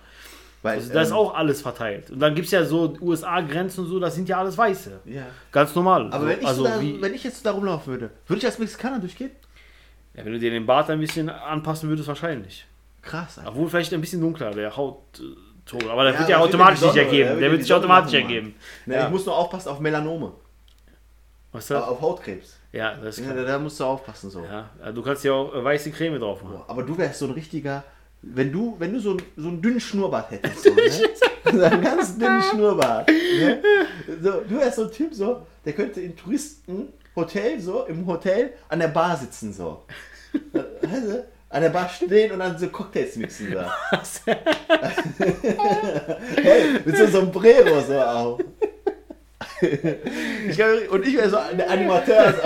[SPEAKER 1] Weil,
[SPEAKER 2] Also da ist
[SPEAKER 1] ähm,
[SPEAKER 2] auch alles verteilt. Und dann gibt es ja so USA-Grenzen und so, das sind ja alles Weiße.
[SPEAKER 1] Ja.
[SPEAKER 2] Ganz normal.
[SPEAKER 1] Aber
[SPEAKER 2] so,
[SPEAKER 1] wenn ich,
[SPEAKER 2] also
[SPEAKER 1] so da,
[SPEAKER 2] wie,
[SPEAKER 1] wenn ich jetzt so da rumlaufen würde, würde ich als Mexikaner durchgehen?
[SPEAKER 2] ja, wenn du dir den Bart ein bisschen anpassen würdest, wahrscheinlich.
[SPEAKER 1] Krass, Alter.
[SPEAKER 2] Obwohl vielleicht ein bisschen dunkler, der Hautton. Aber der
[SPEAKER 1] Ja,
[SPEAKER 2] wird ja
[SPEAKER 1] aber das wird
[SPEAKER 2] automatisch
[SPEAKER 1] die
[SPEAKER 2] nicht
[SPEAKER 1] Sonne, oder?
[SPEAKER 2] ergeben. Der
[SPEAKER 1] Wird
[SPEAKER 2] wird
[SPEAKER 1] die
[SPEAKER 2] sich
[SPEAKER 1] Sonne
[SPEAKER 2] automatisch
[SPEAKER 1] machen, Mann.
[SPEAKER 2] ergeben.
[SPEAKER 1] Ne,
[SPEAKER 2] ja.
[SPEAKER 1] Ich muss nur aufpassen auf Melanome.
[SPEAKER 2] Weißt du?
[SPEAKER 1] Auf Hautkrebs.
[SPEAKER 2] ja, das ist
[SPEAKER 1] Ja,
[SPEAKER 2] klar.
[SPEAKER 1] da, da musst du aufpassen so.
[SPEAKER 2] Ja. Du kannst ja auch äh, weiße Creme drauf machen.
[SPEAKER 1] Boah, Aber du wärst so ein richtiger, wenn du, wenn du so, ein- so einen dünnen Schnurrbart hättest, so, ne? so einen ganz dünnen Schnurrbart. Ne? So, du wärst so ein Typ so, der könnte in Touristenhotel so, im Hotel an der Bar sitzen so. Weißt du? An der Bar stehen und dann so Cocktails mixen da. hey, mit so einem Sombrero so auch. Ich glaub, und ich wäre so ein Animateur. So.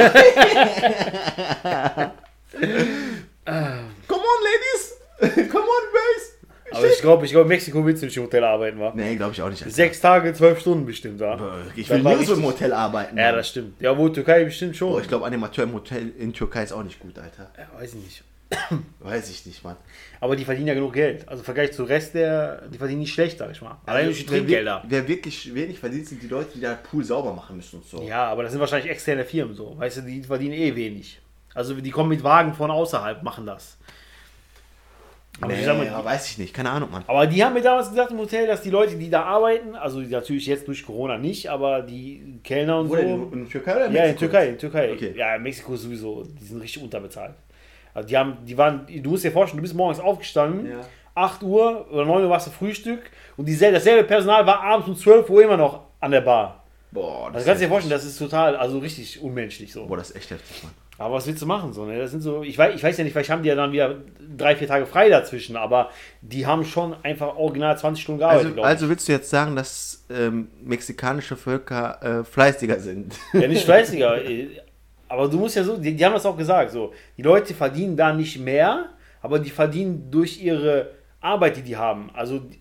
[SPEAKER 1] Come on, Ladies! Come on, Boys!
[SPEAKER 2] Aber ich glaube, ich glaub, in Mexiko willst du nicht im Hotel arbeiten, war.
[SPEAKER 1] Nee, glaube ich auch nicht.
[SPEAKER 2] Sechs Tage, zwölf Stunden bestimmt, war.
[SPEAKER 1] Äh, Ich
[SPEAKER 2] Das
[SPEAKER 1] will
[SPEAKER 2] war
[SPEAKER 1] nirgendwo im
[SPEAKER 2] richtig-
[SPEAKER 1] Hotel arbeiten.
[SPEAKER 2] Ja,
[SPEAKER 1] Mann.
[SPEAKER 2] das stimmt. Ja, wohl, Türkei bestimmt schon.
[SPEAKER 1] Boah, ich glaube, Animateur im Hotel in Türkei ist auch nicht gut, Alter.
[SPEAKER 2] ja, weiß ich nicht.
[SPEAKER 1] Weiß ich nicht, Mann.
[SPEAKER 2] Aber die verdienen ja genug Geld. Also im Vergleich zum Rest der, die verdienen nicht schlecht, sag ich mal. Allein durch die
[SPEAKER 1] Also, wer,
[SPEAKER 2] Trinkgelder.
[SPEAKER 1] wer wirklich wenig verdient, sind die Leute, die da Pool sauber machen müssen und so.
[SPEAKER 2] Ja, aber das sind wahrscheinlich externe Firmen so. Weißt du, die verdienen eh wenig. Also die kommen mit Wagen von außerhalb, machen das. Aber
[SPEAKER 1] nee,
[SPEAKER 2] ich sag mal,
[SPEAKER 1] ja, weiß ich nicht. Keine Ahnung, Mann.
[SPEAKER 2] Aber die haben mir damals gesagt im Hotel, dass die Leute, die da arbeiten, also natürlich jetzt durch Corona nicht, aber die Kellner und
[SPEAKER 1] Wo
[SPEAKER 2] so.
[SPEAKER 1] denn? In, in Türkei oder in
[SPEAKER 2] Ja, in
[SPEAKER 1] Mexiko?
[SPEAKER 2] Türkei, in Türkei.
[SPEAKER 1] Okay.
[SPEAKER 2] Ja, in Mexiko sowieso, die sind richtig unterbezahlt. Also die haben, die waren, du musst dir vorstellen, du bist morgens aufgestanden,
[SPEAKER 1] Ja.
[SPEAKER 2] 8 Uhr oder 9 Uhr warst du Frühstück und dieselbe, dasselbe Personal war abends um 12 Uhr immer noch an der Bar.
[SPEAKER 1] Boah, das,
[SPEAKER 2] Also kannst du dir
[SPEAKER 1] ist
[SPEAKER 2] vorstellen, das ist total, also richtig unmenschlich so.
[SPEAKER 1] boah, das ist echt heftig, Mann.
[SPEAKER 2] Aber was willst du machen? So, ne? Das sind so, ich weiß, ich weiß ja nicht, vielleicht haben die ja dann wieder drei, vier Tage frei dazwischen, aber die haben schon einfach original 20 Stunden gearbeitet,
[SPEAKER 1] Also,
[SPEAKER 2] glaub ich.
[SPEAKER 1] also willst du jetzt sagen, dass ähm, mexikanische Völker äh, fleißiger sind?
[SPEAKER 2] Ja, nicht fleißiger. äh, Aber du musst ja so, die, die haben das auch gesagt, so, die Leute verdienen da nicht mehr, aber die verdienen durch ihre Arbeit, die die haben. Also die,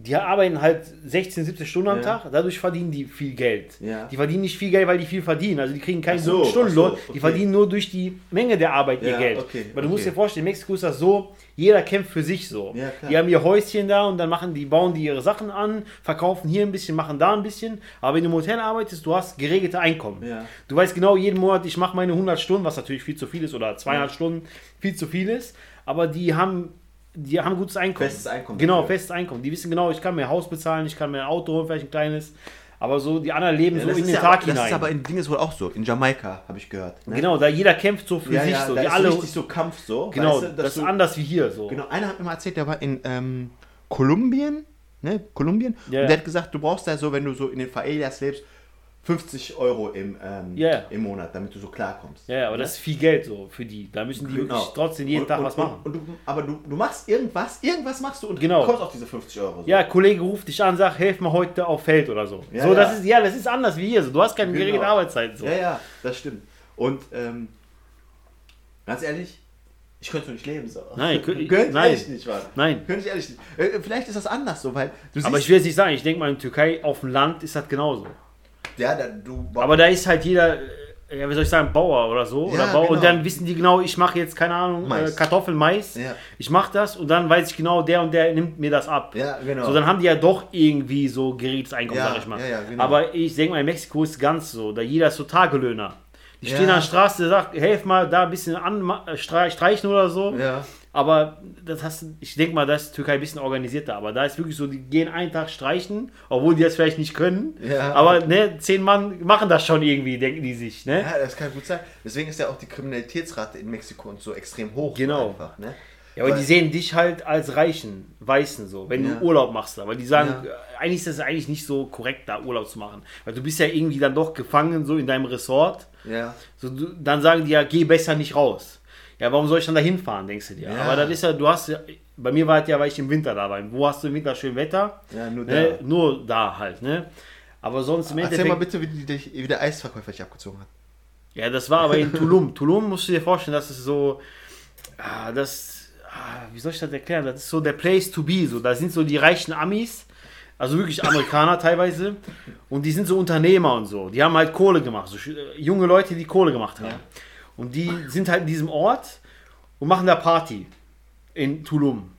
[SPEAKER 2] die arbeiten halt 16, 17 Stunden am
[SPEAKER 1] Ja.
[SPEAKER 2] Tag, dadurch verdienen die viel Geld.
[SPEAKER 1] Ja.
[SPEAKER 2] Die verdienen nicht viel Geld, weil die viel verdienen. Also die kriegen keinen
[SPEAKER 1] Ach so,
[SPEAKER 2] guten Stundenlohn,
[SPEAKER 1] ach so, okay.
[SPEAKER 2] die verdienen nur durch die Menge der Arbeit ihr
[SPEAKER 1] Ja,
[SPEAKER 2] Geld.
[SPEAKER 1] okay,
[SPEAKER 2] Weil du musst
[SPEAKER 1] okay.
[SPEAKER 2] dir vorstellen, in Mexiko ist das so, jeder kämpft für sich so.
[SPEAKER 1] Ja, klar.
[SPEAKER 2] die haben ihr Häuschen da und dann machen die, bauen die ihre Sachen an, verkaufen hier ein bisschen, machen da ein bisschen. Aber wenn du im Hotel arbeitest, du hast geregelte Einkommen.
[SPEAKER 1] Ja.
[SPEAKER 2] Du weißt genau jeden Monat, ich mache meine 100 Stunden, was natürlich viel zu viel ist, oder 200 Stunden, viel zu viel ist. Aber die haben, die haben gutes Einkommen.
[SPEAKER 1] Festes Einkommen.
[SPEAKER 2] Genau,
[SPEAKER 1] Ja.
[SPEAKER 2] festes Einkommen. Die wissen genau, ich kann mir Haus bezahlen, ich kann mir ein Auto holen, vielleicht ein kleines. Aber so, die anderen leben so
[SPEAKER 1] das
[SPEAKER 2] in
[SPEAKER 1] ist
[SPEAKER 2] den
[SPEAKER 1] ja,
[SPEAKER 2] Tag
[SPEAKER 1] Das
[SPEAKER 2] hinein.
[SPEAKER 1] ist aber in Dinges wohl auch so. In Jamaika, habe ich gehört. Ne?
[SPEAKER 2] genau, da jeder kämpft so für
[SPEAKER 1] ja,
[SPEAKER 2] sich.
[SPEAKER 1] ja,
[SPEAKER 2] so.
[SPEAKER 1] da
[SPEAKER 2] Die
[SPEAKER 1] ist
[SPEAKER 2] alle,
[SPEAKER 1] richtig so Kampf so.
[SPEAKER 2] genau,
[SPEAKER 1] weißt du, dass
[SPEAKER 2] das ist
[SPEAKER 1] du-
[SPEAKER 2] anders wie hier. So.
[SPEAKER 1] Genau, einer hat mir mal erzählt, der war in ähm, Kolumbien ne, Kolumbien.
[SPEAKER 2] Ja.
[SPEAKER 1] Und der hat gesagt, du brauchst da so, wenn du so in den Faelias lebst, 50 Euro im, ähm,
[SPEAKER 2] Ja.
[SPEAKER 1] im Monat, damit du so klarkommst.
[SPEAKER 2] Ja, ja, aber das ist viel Geld so für die. Da müssen die wirklich trotzdem jeden
[SPEAKER 1] Genau. Und-
[SPEAKER 2] Tag
[SPEAKER 1] und,
[SPEAKER 2] was machen.
[SPEAKER 1] Und, und du, aber du, du machst irgendwas, irgendwas machst du und
[SPEAKER 2] Genau.
[SPEAKER 1] kommst auf diese 50 Euro. so.
[SPEAKER 2] Ja, Kollege ruft dich an, sagt, helf mir heute auf Feld oder so.
[SPEAKER 1] Ja,
[SPEAKER 2] so, das
[SPEAKER 1] ja.
[SPEAKER 2] ist ja, das ist anders wie hier. So, du hast keine
[SPEAKER 1] Genau.
[SPEAKER 2] geregelte Arbeitszeit so.
[SPEAKER 1] Ja, ja, das stimmt. Und ähm, ganz ehrlich, ich könnte so nicht leben. So.
[SPEAKER 2] Nein, kö-
[SPEAKER 1] könnte
[SPEAKER 2] nein.
[SPEAKER 1] ich nicht, Mann.
[SPEAKER 2] Nein.
[SPEAKER 1] Könnte ich ehrlich nicht. Äh, äh, vielleicht ist das anders so, weil du
[SPEAKER 2] Aber ich
[SPEAKER 1] siehst,
[SPEAKER 2] will jetzt nicht sagen, ich denke mal in Türkei auf dem Land ist das genauso.
[SPEAKER 1] ja, da, du,
[SPEAKER 2] Aber da ist halt jeder, äh, ja, wie soll ich sagen, Bauer oder so.
[SPEAKER 1] Ja,
[SPEAKER 2] oder Bauer. Und
[SPEAKER 1] genau.
[SPEAKER 2] dann wissen die genau, ich mache jetzt, keine Ahnung, äh,
[SPEAKER 1] Mais.
[SPEAKER 2] Kartoffeln, Mais.
[SPEAKER 1] Ja.
[SPEAKER 2] Ich mache das und dann weiß ich genau, der und der nimmt mir das ab.
[SPEAKER 1] Ja, genau.
[SPEAKER 2] So, dann haben die ja doch irgendwie so geregeltes Einkommen,
[SPEAKER 1] Ja,
[SPEAKER 2] sag ich mal.
[SPEAKER 1] ja, ja, genau.
[SPEAKER 2] Aber ich denke mal, in Mexiko ist es ganz so. Da jeder ist so Tagelöhner. Die
[SPEAKER 1] Ja.
[SPEAKER 2] stehen an der Straße, der sagt, helf mal da ein bisschen an, streichen oder so.
[SPEAKER 1] ja.
[SPEAKER 2] Aber das hast du, ich denke mal, da ist Türkei ein bisschen organisierter. Aber da ist wirklich so, die gehen einen Tag streichen, obwohl die das vielleicht nicht können.
[SPEAKER 1] Ja.
[SPEAKER 2] Aber ne, zehn Mann machen das schon irgendwie, denken die sich. Ne?
[SPEAKER 1] ja, das kann gut sein. Deswegen ist ja auch die Kriminalitätsrate in Mexiko und so extrem hoch.
[SPEAKER 2] Genau.
[SPEAKER 1] Einfach, ne?
[SPEAKER 2] Ja, aber
[SPEAKER 1] Weil-
[SPEAKER 2] die sehen dich halt als Reichen, Weißen so, wenn
[SPEAKER 1] Ja.
[SPEAKER 2] du Urlaub machst da. Weil die sagen,
[SPEAKER 1] Ja.
[SPEAKER 2] äh, eigentlich ist das eigentlich nicht so korrekt, da Urlaub zu machen. Weil du bist ja irgendwie dann doch gefangen so in deinem Ressort.
[SPEAKER 1] Ja.
[SPEAKER 2] So, du, dann sagen die ja, geh besser nicht raus. Ja, warum soll ich dann da hinfahren, denkst du dir?
[SPEAKER 1] Ja.
[SPEAKER 2] Aber das ist ja, du hast ja, bei mir war es ja, weil ich im Winter da war. Wo hast du im Winter schön Wetter?
[SPEAKER 1] Ja, nur
[SPEAKER 2] Ne?
[SPEAKER 1] da.
[SPEAKER 2] Nur da halt, ne? Aber sonst im
[SPEAKER 1] Erzähl mal bitte,
[SPEAKER 2] Endeffekt.
[SPEAKER 1] wie, die, dich- wie der Eisverkäufer dich abgezogen hat.
[SPEAKER 2] Ja, das war aber in Tulum. Tulum musst du dir vorstellen, das ist so. Ah, das. Ah, wie soll ich das erklären? Das ist so der Place to be. So. Da sind so die reichen Amis, also wirklich Amerikaner teilweise. Und die sind so Unternehmer und so. Die haben halt Kohle gemacht. So sch- äh, junge Leute, die Kohle gemacht haben. Und die sind halt in diesem Ort und machen da Party in Tulum.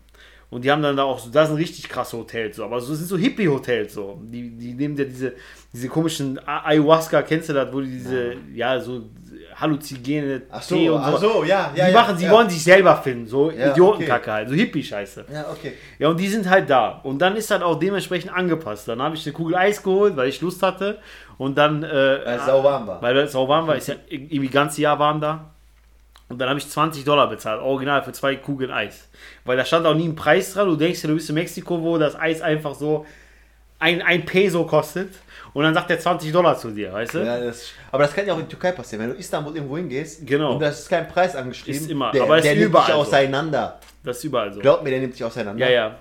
[SPEAKER 2] Und die haben dann da auch so, da sind richtig krasse Hotels, so, aber so sind so Hippie-Hotels so. Die, die nehmen ja diese, diese komischen A- Ayahuasca, kennst du das, wo die diese, ja, so äh, Halluzigene
[SPEAKER 1] Ach so,
[SPEAKER 2] Tee und
[SPEAKER 1] ach so, ja, ja. ja,
[SPEAKER 2] die machen, sie
[SPEAKER 1] ja.
[SPEAKER 2] wollen sich selber finden, so
[SPEAKER 1] Ja,
[SPEAKER 2] Idiotenkacke halt, so Hippie-Scheiße.
[SPEAKER 1] Ja, okay.
[SPEAKER 2] Ja, und die sind halt da. Und dann ist das auch dementsprechend angepasst. Dann habe ich eine Kugel Eis geholt, weil ich Lust hatte. Und dann. Äh,
[SPEAKER 1] Weil es sau warm war.
[SPEAKER 2] Weil es sau warm war. Ist ja irgendwie ganze Jahr warm da. Und dann habe ich 20 Dollar bezahlt, original für zwei Kugeln Eis. Weil da stand auch nie ein Preis dran. Du denkst dir, du bist in Mexiko, wo das Eis einfach so ein, ein Peso kostet. Und dann sagt der 20 Dollar zu dir, weißt du?
[SPEAKER 1] Ja, das, aber das kann ja auch in der Türkei passieren. Wenn du in Istanbul irgendwo hingehst
[SPEAKER 2] Genau.
[SPEAKER 1] und da ist kein Preis angeschrieben,
[SPEAKER 2] Ist immer,
[SPEAKER 1] der,
[SPEAKER 2] aber ist
[SPEAKER 1] der nimmt
[SPEAKER 2] überall
[SPEAKER 1] dich
[SPEAKER 2] so.
[SPEAKER 1] auseinander.
[SPEAKER 2] Das ist überall so.
[SPEAKER 1] Glaub mir, der nimmt dich auseinander.
[SPEAKER 2] Ja, ja.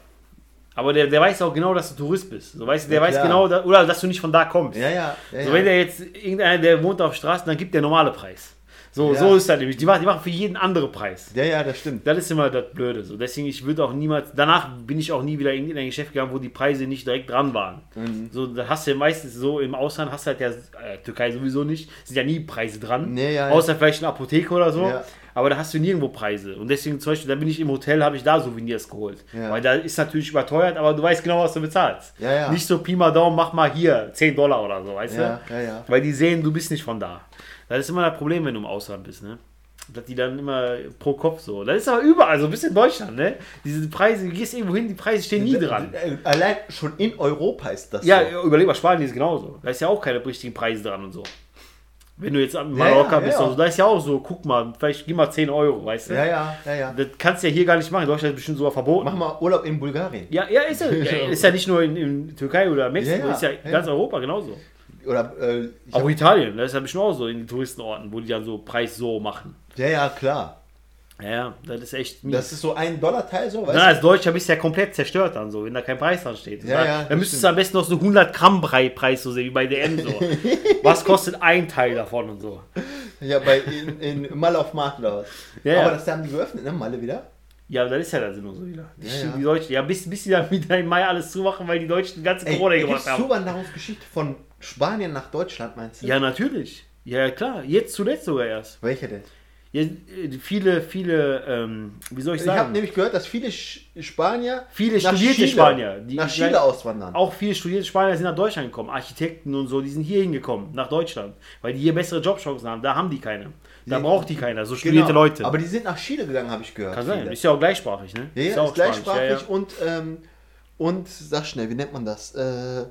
[SPEAKER 2] Aber der, der weiß auch genau, dass du Tourist bist. So, weißt, du, der
[SPEAKER 1] Ja,
[SPEAKER 2] weiß
[SPEAKER 1] klar.
[SPEAKER 2] genau, da, oder dass du nicht von da kommst.
[SPEAKER 1] Ja, ja. ja,
[SPEAKER 2] So,
[SPEAKER 1] ja.
[SPEAKER 2] wenn der jetzt irgendeiner, der wohnt auf Straßen, dann gibt der normale Preis. So,
[SPEAKER 1] Ja.
[SPEAKER 2] so ist das nämlich. Die machen, die machen für jeden anderen Preis.
[SPEAKER 1] ja, ja, das stimmt.
[SPEAKER 2] Das ist immer das Blöde. So, deswegen, ich würde auch niemals, danach bin ich auch nie wieder in irgendein Geschäft gegangen, wo die Preise nicht direkt dran waren.
[SPEAKER 1] Mhm.
[SPEAKER 2] So, da hast du ja meistens so im Ausland, hast du halt ja, äh, Türkei sowieso nicht, sind ja nie Preise dran.
[SPEAKER 1] Nee, ja, ja.
[SPEAKER 2] Außer vielleicht eine Apotheke oder so.
[SPEAKER 1] Ja.
[SPEAKER 2] Aber da hast du nirgendwo Preise. Und deswegen zum Beispiel, da bin ich im Hotel, habe ich da Souvenirs geholt.
[SPEAKER 1] Ja.
[SPEAKER 2] Weil da ist natürlich überteuert, aber du weißt genau, was du bezahlst.
[SPEAKER 1] Ja, ja.
[SPEAKER 2] Nicht so Pi mal Daumen, mach mal hier 10 Dollar oder so, weißt
[SPEAKER 1] Ja,
[SPEAKER 2] du?
[SPEAKER 1] ja, ja.
[SPEAKER 2] Weil die sehen, du bist nicht von da. Das ist immer das Problem, wenn du im Ausland bist, ne? Dass die dann immer pro Kopf so. Das ist aber überall, so ein bisschen in Deutschland, ne? Diese Preise, du gehst irgendwo hin, die Preise stehen nie dran.
[SPEAKER 1] Äh, Allein schon in Europa ist das
[SPEAKER 2] Ja,
[SPEAKER 1] so.
[SPEAKER 2] überleg mal, Spanien ist genauso. Da ist ja auch keine richtigen Preise dran und so. Wenn du jetzt am Mallorca
[SPEAKER 1] ja,
[SPEAKER 2] bist,
[SPEAKER 1] ja.
[SPEAKER 2] Also, da ist ja auch so, guck mal, vielleicht gib mal 10 Euro, weißt du?
[SPEAKER 1] Ja, ja, ja, ja.
[SPEAKER 2] Das kannst du ja hier gar nicht machen. In Deutschland ist bestimmt sogar verboten.
[SPEAKER 1] Mach mal Urlaub in Bulgarien.
[SPEAKER 2] Ja, ja, ist ja, ist ja nicht nur in, in Türkei oder Mexiko,
[SPEAKER 1] Ja, ja,
[SPEAKER 2] ist ja,
[SPEAKER 1] ja.
[SPEAKER 2] ganz Europa genauso.
[SPEAKER 1] Oder, äh, ich
[SPEAKER 2] Auch
[SPEAKER 1] hab,
[SPEAKER 2] Italien, das ist ja bestimmt auch so in den Touristenorten, wo die dann so Preis so machen.
[SPEAKER 1] ja, ja, klar.
[SPEAKER 2] Ja, ja, das ist echt mies.
[SPEAKER 1] Das ist so ein Dollar-Teil, so,
[SPEAKER 2] Na,
[SPEAKER 1] weißt
[SPEAKER 2] als Deutscher bist du ja komplett zerstört dann so, wenn da kein Preis dran steht.
[SPEAKER 1] Ja,
[SPEAKER 2] da,
[SPEAKER 1] ja,
[SPEAKER 2] dann
[SPEAKER 1] das
[SPEAKER 2] müsstest du
[SPEAKER 1] stimmt.
[SPEAKER 2] am besten noch so 100 Gramm Brei- Preis so sehen, wie bei DM so. Was kostet ein Teil davon und so?
[SPEAKER 1] du? Ja, bei, in, in Malle auf Markt oder was.
[SPEAKER 2] Ja, ja.
[SPEAKER 1] Aber das haben die geöffnet, ne? Malle wieder.
[SPEAKER 2] Ja, das ist ja dann nur so wieder. Die,
[SPEAKER 1] Ja, ja.
[SPEAKER 2] die Deutschen, ja, bis, bis die dann wieder im Mai alles zumachen, weil die Deutschen die ganze Corona
[SPEAKER 1] da
[SPEAKER 2] gemacht
[SPEAKER 1] gibt's
[SPEAKER 2] haben.
[SPEAKER 1] Zuwanderungsgeschichte von Spanien nach Deutschland, meinst du?
[SPEAKER 2] Ja, natürlich. Ja, ja, klar. Jetzt zuletzt sogar erst.
[SPEAKER 1] Welche denn?
[SPEAKER 2] Ja, äh, viele, viele, ähm, wie soll ich
[SPEAKER 1] Ich habe
[SPEAKER 2] sagen?
[SPEAKER 1] nämlich gehört, dass viele Sch- Spanier
[SPEAKER 2] Viele
[SPEAKER 1] nach
[SPEAKER 2] studierte
[SPEAKER 1] Chile,
[SPEAKER 2] Spanier, die-
[SPEAKER 1] nach Chile auswandern.
[SPEAKER 2] auch viele studierte Spanier sind nach Deutschland gekommen. Architekten und so, die sind hier hingekommen, nach Deutschland. Weil die hier bessere Jobchancen haben. Da haben die keine. Da
[SPEAKER 1] Nee.
[SPEAKER 2] braucht die keiner. So studierte
[SPEAKER 1] Genau.
[SPEAKER 2] Leute.
[SPEAKER 1] Aber die sind nach Chile gegangen, habe ich gehört.
[SPEAKER 2] Kann sein.
[SPEAKER 1] Viele.
[SPEAKER 2] Ist ja auch gleichsprachig, ne?
[SPEAKER 1] Ja, ja, ist,
[SPEAKER 2] auch Spanisch,
[SPEAKER 1] gleichsprachig
[SPEAKER 2] ja, ja.
[SPEAKER 1] und ähm, und sag schnell, wie nennt man das? Äh,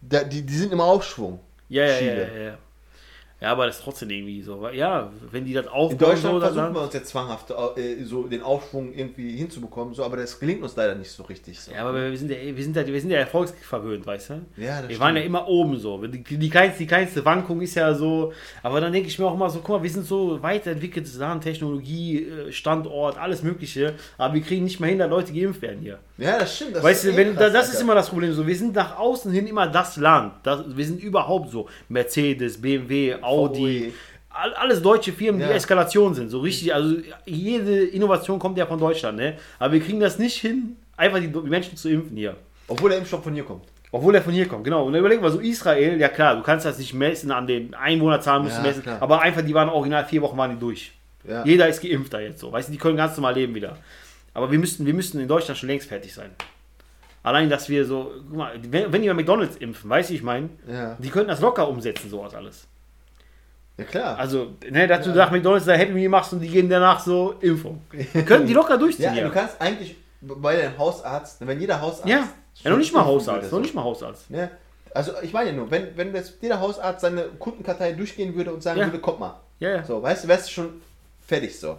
[SPEAKER 1] da, die, die sind im Aufschwung.
[SPEAKER 2] Ja, ja, ja,
[SPEAKER 1] Chile.
[SPEAKER 2] ja, ja. Ja, aber das ist trotzdem irgendwie so. weil- Ja, wenn die das aufbauen,
[SPEAKER 1] In Deutschland
[SPEAKER 2] so, dann-
[SPEAKER 1] versuchen wir uns jetzt zwanghaft äh, so den Aufschwung irgendwie hinzubekommen, so, aber das gelingt uns leider nicht so richtig. So.
[SPEAKER 2] Ja, aber wir sind ja, wir sind ja, wir sind ja erfolgsverwöhnt, weißt du?
[SPEAKER 1] Ja, das
[SPEAKER 2] wir waren ja
[SPEAKER 1] stimmt.
[SPEAKER 2] immer oben so. Die, die, kleinste, die kleinste Wankung ist ja so. Aber dann denke ich mir auch immer so: guck mal, wir sind so weiterentwickelt, Sachen, Technologie, äh, Standort, alles Mögliche. Aber wir kriegen nicht mal hin, dass Leute geimpft werden hier.
[SPEAKER 1] Ja, das stimmt. Das
[SPEAKER 2] Weißt du,
[SPEAKER 1] eh
[SPEAKER 2] wenn,
[SPEAKER 1] krass,
[SPEAKER 2] das, das
[SPEAKER 1] Alter.
[SPEAKER 2] ist immer das Problem. So, wir sind nach außen hin immer das Land. Das, wir sind überhaupt so. Mercedes, BMW,
[SPEAKER 1] VW.
[SPEAKER 2] Audi, all, alles deutsche Firmen, die
[SPEAKER 1] Ja.
[SPEAKER 2] Eskalation sind. So richtig, also jede Innovation kommt ja von Deutschland, ne? Aber wir kriegen das nicht hin, einfach die, die Menschen zu impfen hier.
[SPEAKER 1] Obwohl der Impfstoff von hier kommt.
[SPEAKER 2] Obwohl er von hier kommt, genau. Und dann überleg mal, so Israel, ja klar, du kannst das nicht messen an den Einwohnerzahlen, musst
[SPEAKER 1] Ja,
[SPEAKER 2] du messen,
[SPEAKER 1] klar.
[SPEAKER 2] aber einfach, die waren original vier Wochen waren die durch.
[SPEAKER 1] Ja.
[SPEAKER 2] Jeder ist geimpft da jetzt so, weißt du, die können ganz normal leben wieder. Aber wir müssten, wir müssten in Deutschland schon längst fertig sein. Allein, dass wir so, guck mal, wenn, wenn die bei McDonalds impfen, weißt du, ich meine,
[SPEAKER 1] Ja.
[SPEAKER 2] die könnten das locker umsetzen, sowas alles.
[SPEAKER 1] ja, klar.
[SPEAKER 2] Also, ne, dass du nach McDonalds da Happy Meal machst und die gehen danach so Impfung. Könnten die locker
[SPEAKER 1] ja,
[SPEAKER 2] durchziehen, ja.
[SPEAKER 1] du kannst eigentlich bei deinem Hausarzt, wenn jeder Hausarzt.
[SPEAKER 2] Ja, ja, noch nicht mal
[SPEAKER 1] impfen
[SPEAKER 2] Hausarzt,
[SPEAKER 1] würde,
[SPEAKER 2] noch
[SPEAKER 1] so.
[SPEAKER 2] nicht mal Hausarzt.
[SPEAKER 1] Ne? Also ich meine nur, wenn, wenn jetzt jeder Hausarzt seine Kundenkartei durchgehen würde und sagen
[SPEAKER 2] Ja.
[SPEAKER 1] würde, komm mal.
[SPEAKER 2] Ja, ja.
[SPEAKER 1] So, weißt du, wärst du schon fertig so.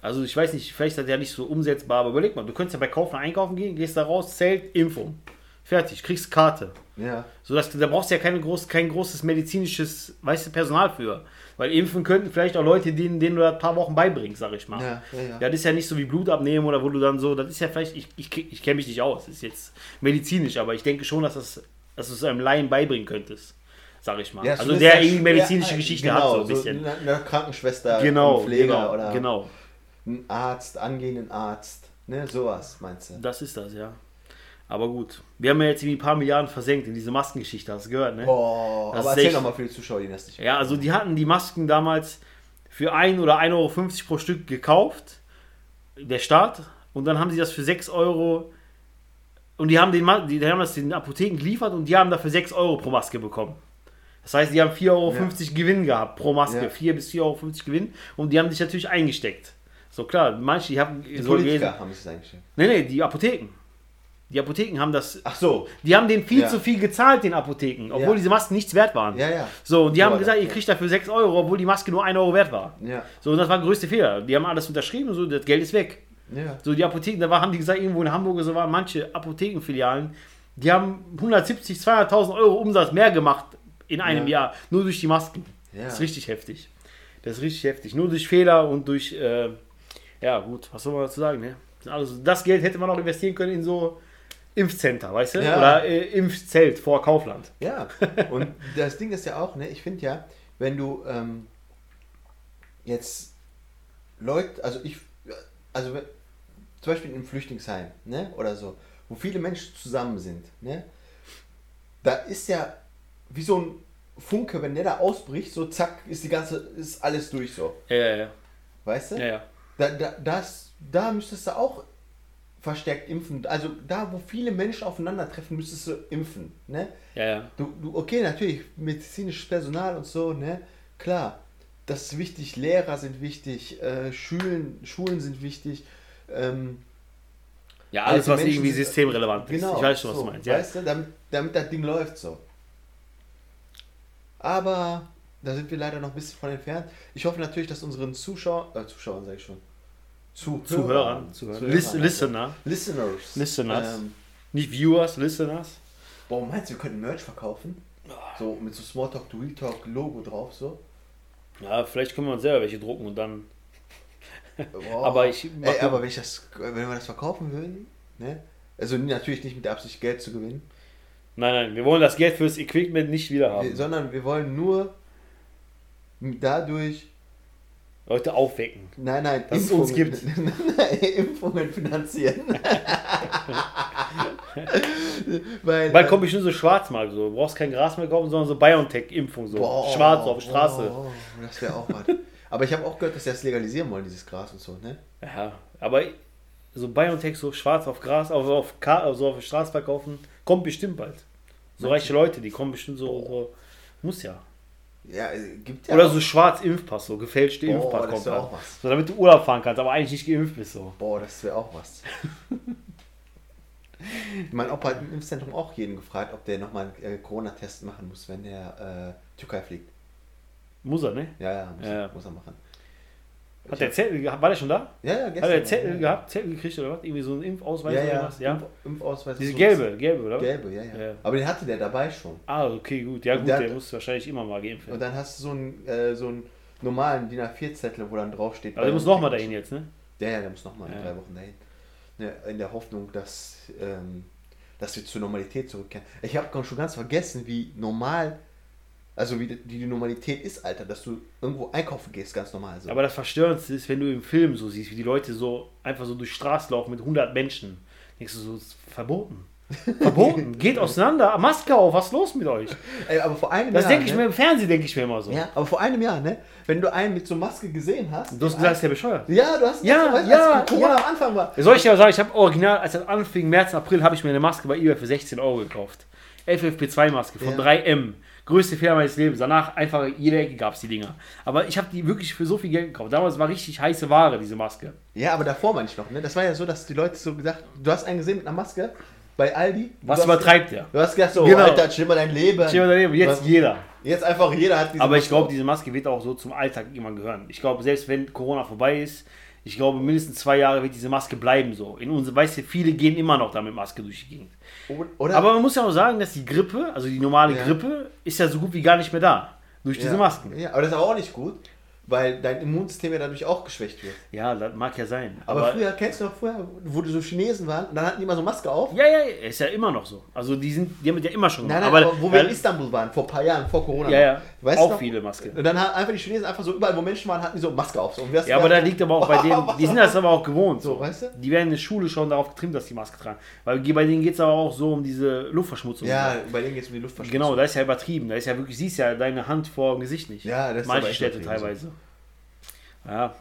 [SPEAKER 2] Also ich weiß nicht, vielleicht ist das ja nicht so umsetzbar, aber überleg mal, du könntest ja bei Kaufmann einkaufen gehen, gehst da raus, Zelt, Impfung. Fertig, kriegst Karte.
[SPEAKER 1] Ja.
[SPEAKER 2] So, dass, da brauchst du ja keine groß, kein großes medizinisches, weißt du, Personal für. Weil impfen könnten vielleicht auch Leute, denen, denen du da ein paar Wochen beibringst, sag ich mal.
[SPEAKER 1] Ja, ja, ja.
[SPEAKER 2] das ist ja nicht so wie Blut abnehmen oder wo du dann so, das ist ja vielleicht, ich, ich, ich kenne mich nicht aus, das ist jetzt medizinisch, aber ich denke schon, dass, das, dass du es einem Laien beibringen könntest, sag ich mal.
[SPEAKER 1] Ja,
[SPEAKER 2] also
[SPEAKER 1] zumindest
[SPEAKER 2] der
[SPEAKER 1] ja-
[SPEAKER 2] irgendwie medizinische
[SPEAKER 1] ja,
[SPEAKER 2] Geschichte
[SPEAKER 1] genau,
[SPEAKER 2] hat so ein bisschen.
[SPEAKER 1] Eine, eine Krankenschwester,
[SPEAKER 2] genau,
[SPEAKER 1] ein Pfleger
[SPEAKER 2] genau,
[SPEAKER 1] oder
[SPEAKER 2] genau.
[SPEAKER 1] ein Arzt, angehenden Arzt. Ne, sowas meinst du.
[SPEAKER 2] Das ist das, ja. Aber gut. Wir haben ja jetzt irgendwie ein paar Milliarden versenkt in diese Maskengeschichte, hast du gehört,
[SPEAKER 1] Oh,
[SPEAKER 2] ne?
[SPEAKER 1] Boah,
[SPEAKER 2] Das
[SPEAKER 1] aber
[SPEAKER 2] ist
[SPEAKER 1] erzähl
[SPEAKER 2] echt-
[SPEAKER 1] doch mal für die Zuschauer, die das nicht
[SPEAKER 2] Ja, also die hatten die Masken damals für 1 oder 1,50 Euro pro Stück gekauft, der Staat. Und dann haben sie das für 6 Euro. Und die haben, den, Ma- die, die haben das den Apotheken geliefert und die haben dafür 6 Euro pro Maske bekommen. Das heißt, die haben 4,50 Euro Gewinn gehabt pro Maske.
[SPEAKER 1] Ja.
[SPEAKER 2] 4 bis 4,50 Euro Gewinn. Und die haben sich natürlich eingesteckt. So klar, manche, die haben.
[SPEAKER 1] Die
[SPEAKER 2] so gelesen-
[SPEAKER 1] Politiker haben sich das eingeschrieben.
[SPEAKER 2] Nee, nee, die Apotheken. Die Apotheken haben das
[SPEAKER 1] Ach so.
[SPEAKER 2] die haben denen viel
[SPEAKER 1] Ja.
[SPEAKER 2] zu viel gezahlt, den Apotheken, obwohl
[SPEAKER 1] Ja.
[SPEAKER 2] diese Masken nichts wert waren.
[SPEAKER 1] Ja, ja.
[SPEAKER 2] So, und die
[SPEAKER 1] So
[SPEAKER 2] haben
[SPEAKER 1] war
[SPEAKER 2] gesagt,
[SPEAKER 1] das,
[SPEAKER 2] ihr
[SPEAKER 1] ja.
[SPEAKER 2] kriegt dafür 6 Euro, obwohl die Maske nur 1 Euro wert war.
[SPEAKER 1] Ja.
[SPEAKER 2] So, und das war der größte Fehler. Die haben alles unterschrieben, so, das Geld ist weg.
[SPEAKER 1] Ja.
[SPEAKER 2] So, die Apotheken, da war, haben die gesagt, irgendwo in Hamburg, oder so waren manche Apothekenfilialen, die haben 170, 200.000 Euro Umsatz mehr gemacht in einem
[SPEAKER 1] Ja.
[SPEAKER 2] Jahr, nur durch die Masken.
[SPEAKER 1] Ja.
[SPEAKER 2] Das ist richtig heftig. Das ist richtig heftig. Nur durch Fehler und durch, äh, ja, gut, was soll man dazu sagen, ne? Also, das Geld hätte man auch investieren können in so Impfcenter, weißt du?
[SPEAKER 1] Ja.
[SPEAKER 2] Oder äh, Impfzelt vor Kaufland.
[SPEAKER 1] Ja, und das Ding ist ja auch, ne, ich finde ja, wenn du ähm, jetzt Leute, also ich, also wenn- zum Beispiel im Flüchtlingsheim, ne, oder so, wo viele Menschen zusammen sind, ne, da ist ja wie so ein Funke, wenn der da ausbricht, so zack, ist die ganze, ist alles durch so,
[SPEAKER 2] Ja, ja, ja.
[SPEAKER 1] weißt du?
[SPEAKER 2] ja, ja.
[SPEAKER 1] Da, da, das, da müsstest du auch verstärkt impfen, also da, wo viele Menschen aufeinandertreffen, müsstest du impfen, ne?
[SPEAKER 2] ja, ja.
[SPEAKER 1] Du, du, okay, natürlich, medizinisches Personal und so, ne? Klar, das ist wichtig, Lehrer sind wichtig, äh, Schulen, Schulen sind wichtig. Ähm,
[SPEAKER 2] Ja, alles,
[SPEAKER 1] alte
[SPEAKER 2] was
[SPEAKER 1] Menschen
[SPEAKER 2] irgendwie
[SPEAKER 1] sind-
[SPEAKER 2] systemrelevant ist.
[SPEAKER 1] Genau.
[SPEAKER 2] Ich weiß schon, was
[SPEAKER 1] so,
[SPEAKER 2] du meinst. Ja.
[SPEAKER 1] Weißt du, damit, damit das Ding läuft so. Aber da sind wir leider noch ein bisschen von entfernt. Ich hoffe natürlich, dass unseren Zuschauern, äh, Zuschauern sage ich schon, Zuhörern,
[SPEAKER 2] Zuhörern, Zuhörern. Lis Listener.
[SPEAKER 1] Listeners.
[SPEAKER 2] Listeners.
[SPEAKER 1] Ähm,
[SPEAKER 2] Nicht Viewers, Listeners.
[SPEAKER 1] boah, meinst du, wir könnten Merch verkaufen? So mit so Smalltalk, to Real Talk, Logo drauf, so.
[SPEAKER 2] Ja, vielleicht können wir uns selber welche drucken und dann.
[SPEAKER 1] Boah.
[SPEAKER 2] Aber ich-
[SPEAKER 1] Ey, aber wenn, ich das, wenn wir das verkaufen würden, ne? Also natürlich nicht mit der Absicht, Geld zu gewinnen,
[SPEAKER 2] Nein, nein, wir wollen das Geld fürs Equipment nicht wieder
[SPEAKER 1] wir,
[SPEAKER 2] haben.
[SPEAKER 1] sondern wir wollen nur dadurch,
[SPEAKER 2] Leute aufwecken.
[SPEAKER 1] nein, nein,
[SPEAKER 2] Dass es uns gibt.
[SPEAKER 1] nein, nein, Impfungen finanzieren. Weil,
[SPEAKER 2] Bald kommt bestimmt so Schwarzmarkt. So. Du brauchst kein Gras mehr kaufen, sondern so BioNTech-Impfung. So.
[SPEAKER 1] äh, Boah,
[SPEAKER 2] Schwarz auf Straße.
[SPEAKER 1] boah, das wäre auch was. aber ich habe auch gehört, dass sie das legalisieren wollen, dieses Gras und so, ne?
[SPEAKER 2] Ja, aber so BioNTech so schwarz auf Gras, auf, auf, Ka auf, so auf der Straße verkaufen, kommt bestimmt bald. So reiche Leute, die kommen bestimmt so. so muss ja.
[SPEAKER 1] Ja, äh, gibt ja.
[SPEAKER 2] Oder so schwarz Impfpass, so gefälschte
[SPEAKER 1] Boah,
[SPEAKER 2] Impfpass
[SPEAKER 1] das
[SPEAKER 2] kommt
[SPEAKER 1] wär
[SPEAKER 2] dann.
[SPEAKER 1] auch was.
[SPEAKER 2] So damit du Urlaub fahren kannst, aber eigentlich nicht geimpft bist so.
[SPEAKER 1] Boah, das wäre auch was. mein Opa hat im Impfzentrum auch jeden gefragt, ob der nochmal einen äh, Corona-Test machen muss, wenn er äh, Türkei fliegt.
[SPEAKER 2] Muss er, ne?
[SPEAKER 1] Ja, ja, muss,
[SPEAKER 2] Ja.
[SPEAKER 1] muss er machen.
[SPEAKER 2] Hat der Zettel gehabt? War der schon da?
[SPEAKER 1] Ja, ja, gestern.
[SPEAKER 2] Hat er Zettel
[SPEAKER 1] ja.
[SPEAKER 2] gehabt? Zettel gekriegt oder was? Irgendwie so einen Impfausweis
[SPEAKER 1] Ja,
[SPEAKER 2] oder
[SPEAKER 1] ja.
[SPEAKER 2] was? Ja.
[SPEAKER 1] Impf- Impfausweis.
[SPEAKER 2] Diese
[SPEAKER 1] ist so-
[SPEAKER 2] gelbe, gelbe, oder? was?
[SPEAKER 1] Gelbe, ja, ja,
[SPEAKER 2] Ja.
[SPEAKER 1] Aber den hatte der dabei schon.
[SPEAKER 2] Ah, okay, gut. Ja, gut,
[SPEAKER 1] Der-
[SPEAKER 2] der, muss wahrscheinlich immer mal geimpft
[SPEAKER 1] Und
[SPEAKER 2] werden.
[SPEAKER 1] dann hast du so einen, äh, so einen normalen DIN A4-Zettel, wo dann draufsteht.
[SPEAKER 2] Aber Also der muss nochmal dahin jetzt, ne?
[SPEAKER 1] Ja, ja, der muss nochmal in
[SPEAKER 2] Ja.
[SPEAKER 1] drei Wochen dahin. Ja, in der Hoffnung, dass, ähm, dass wir zur Normalität zurückkehren. Ich habe schon ganz vergessen, wie normal, also wie die- die Normalität ist, Alter, dass du irgendwo einkaufen gehst, ganz normal. So.
[SPEAKER 2] Aber das Verstörendste ist, wenn du im Film so siehst, wie die Leute so einfach so durch die Straße laufen mit 100 Menschen. Denkst du so, ist verboten. Verboten. Geht auseinander. Maske auf, was ist los mit euch?
[SPEAKER 1] Ey, aber vor einem
[SPEAKER 2] Das
[SPEAKER 1] Jahr.
[SPEAKER 2] denke ich
[SPEAKER 1] ne?
[SPEAKER 2] mir im Fernsehen, denke ich mir immer so.
[SPEAKER 1] Ja, aber vor einem Jahr, ne? Wenn du einen mit so Maske gesehen hast.
[SPEAKER 2] Du hast gesagt, ist der bescheuert.
[SPEAKER 1] Ja, du hast
[SPEAKER 2] Ja,
[SPEAKER 1] du weißt,
[SPEAKER 2] ja,
[SPEAKER 1] als Corona
[SPEAKER 2] ja.
[SPEAKER 1] am Anfang war.
[SPEAKER 2] Äh, Soll ich dir aber sagen, ich habe original, als das anfing, März, April, habe ich mir eine Maske bei eBay für 16 Euro gekauft. FFP2-Maske von
[SPEAKER 1] Ja.
[SPEAKER 2] 3M. Größte Fehler meines Lebens. Danach einfach jede Ecke gab es die Dinger. Aber ich habe die wirklich für so viel Geld gekauft. Damals war richtig heiße Ware, diese Maske.
[SPEAKER 1] Ja, aber davor meine ich noch, ne? Das war ja so, dass die Leute so gesagt, du hast einen gesehen mit einer Maske bei Aldi.
[SPEAKER 2] Was
[SPEAKER 1] du hast-
[SPEAKER 2] übertreibt der?
[SPEAKER 1] Du hast gedacht, so,
[SPEAKER 2] Genau.
[SPEAKER 1] Alter, chill mal dein Leben.
[SPEAKER 2] Stehen wir daneben, Jetzt
[SPEAKER 1] Was-
[SPEAKER 2] jeder.
[SPEAKER 1] Jetzt einfach jeder hat diese
[SPEAKER 2] Aber ich glaube, diese Maske wird auch so zum Alltag immer gehören. Ich glaube, selbst wenn Corona vorbei ist, ich glaube, mindestens zwei Jahre wird diese Maske bleiben so. In unsere, weißt du, viele gehen immer noch damit Maske durch die Gegend.
[SPEAKER 1] glaube. Oder?
[SPEAKER 2] Aber man muss ja auch sagen, dass die Grippe, also die normale
[SPEAKER 1] Ja.
[SPEAKER 2] Grippe, ist ja so gut wie gar nicht mehr da. Durch diese
[SPEAKER 1] ja.
[SPEAKER 2] Masken.
[SPEAKER 1] Ja, aber das ist aber auch nicht gut, weil dein Immunsystem ja dadurch auch geschwächt wird.
[SPEAKER 2] Ja, das mag ja sein.
[SPEAKER 1] Aber, früher, kennst du noch früher, wo die so Chinesen waren, und dann hatten die immer so Maske auf?
[SPEAKER 2] Ja, ja, ist ja immer noch so. Also die sind, die haben das ja immer schon
[SPEAKER 1] Nein,
[SPEAKER 2] gemacht.
[SPEAKER 1] nein, aber, wo wir in
[SPEAKER 2] ja,
[SPEAKER 1] Istanbul waren, vor ein paar Jahren, vor Corona.
[SPEAKER 2] ja, ja,
[SPEAKER 1] Weißt
[SPEAKER 2] auch
[SPEAKER 1] du noch?
[SPEAKER 2] viele Masken.
[SPEAKER 1] Und dann haben einfach die Chinesen einfach so überall, wo Menschen waren, hatten die so Maske auf. So. Und wir hast
[SPEAKER 2] Ja, aber da
[SPEAKER 1] gedacht,
[SPEAKER 2] liegt aber auch bei denen, die sind das aber auch gewohnt. So,
[SPEAKER 1] So, weißt du?
[SPEAKER 2] Die werden in der Schule schon darauf getrimmt, dass die Maske tragen. Weil bei denen geht es aber auch so um diese Luftverschmutzung.
[SPEAKER 1] Ja, bei denen geht es um die Luftverschmutzung.
[SPEAKER 2] Genau, da ist ja übertrieben. Da ist ja wirklich, siehst ja deine Hand vor dem Gesicht nicht.
[SPEAKER 1] Ja, das ist aber
[SPEAKER 2] Manche
[SPEAKER 1] echt
[SPEAKER 2] Städte
[SPEAKER 1] übertrieben,
[SPEAKER 2] teilweise. Ja,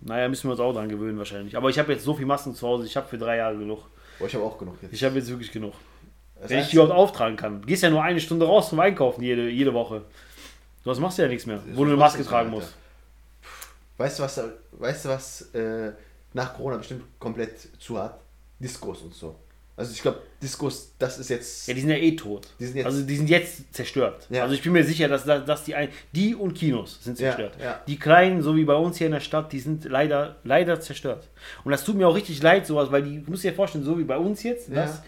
[SPEAKER 2] naja, müssen wir uns auch dran gewöhnen wahrscheinlich. Aber ich habe jetzt so viel Masken zu Hause, ich habe für drei Jahre genug.
[SPEAKER 1] Boah, ich habe auch genug jetzt.
[SPEAKER 2] Genau. Ich habe jetzt wirklich genug.
[SPEAKER 1] Das
[SPEAKER 2] Wenn ich die
[SPEAKER 1] Einzige-
[SPEAKER 2] überhaupt auftragen kann. Gehst ja nur eine Stunde raus zum Einkaufen jede, jede Woche. Sonst machst du ja nichts mehr, wo du eine
[SPEAKER 1] machst
[SPEAKER 2] Maske
[SPEAKER 1] du
[SPEAKER 2] tragen
[SPEAKER 1] nichts
[SPEAKER 2] musst.
[SPEAKER 1] mehr, weißt du, was, da- weißt du, was äh, nach Corona bestimmt komplett zu hat? Diskos und so. Also ich glaube, Diskos, das ist jetzt...
[SPEAKER 2] Ja, die sind ja eh tot.
[SPEAKER 1] Die sind jetzt-
[SPEAKER 2] also die sind jetzt zerstört.
[SPEAKER 1] Ja.
[SPEAKER 2] Also ich bin mir sicher, dass, dass, dass die ein, die und Kinos sind
[SPEAKER 1] Ja,
[SPEAKER 2] zerstört.
[SPEAKER 1] ja.
[SPEAKER 2] Die kleinen, so wie bei uns hier in der Stadt, die sind leider leider zerstört. Und das tut mir auch richtig leid, sowas, weil die musst du dir vorstellen, so wie bei uns jetzt,
[SPEAKER 1] Ja.
[SPEAKER 2] dass,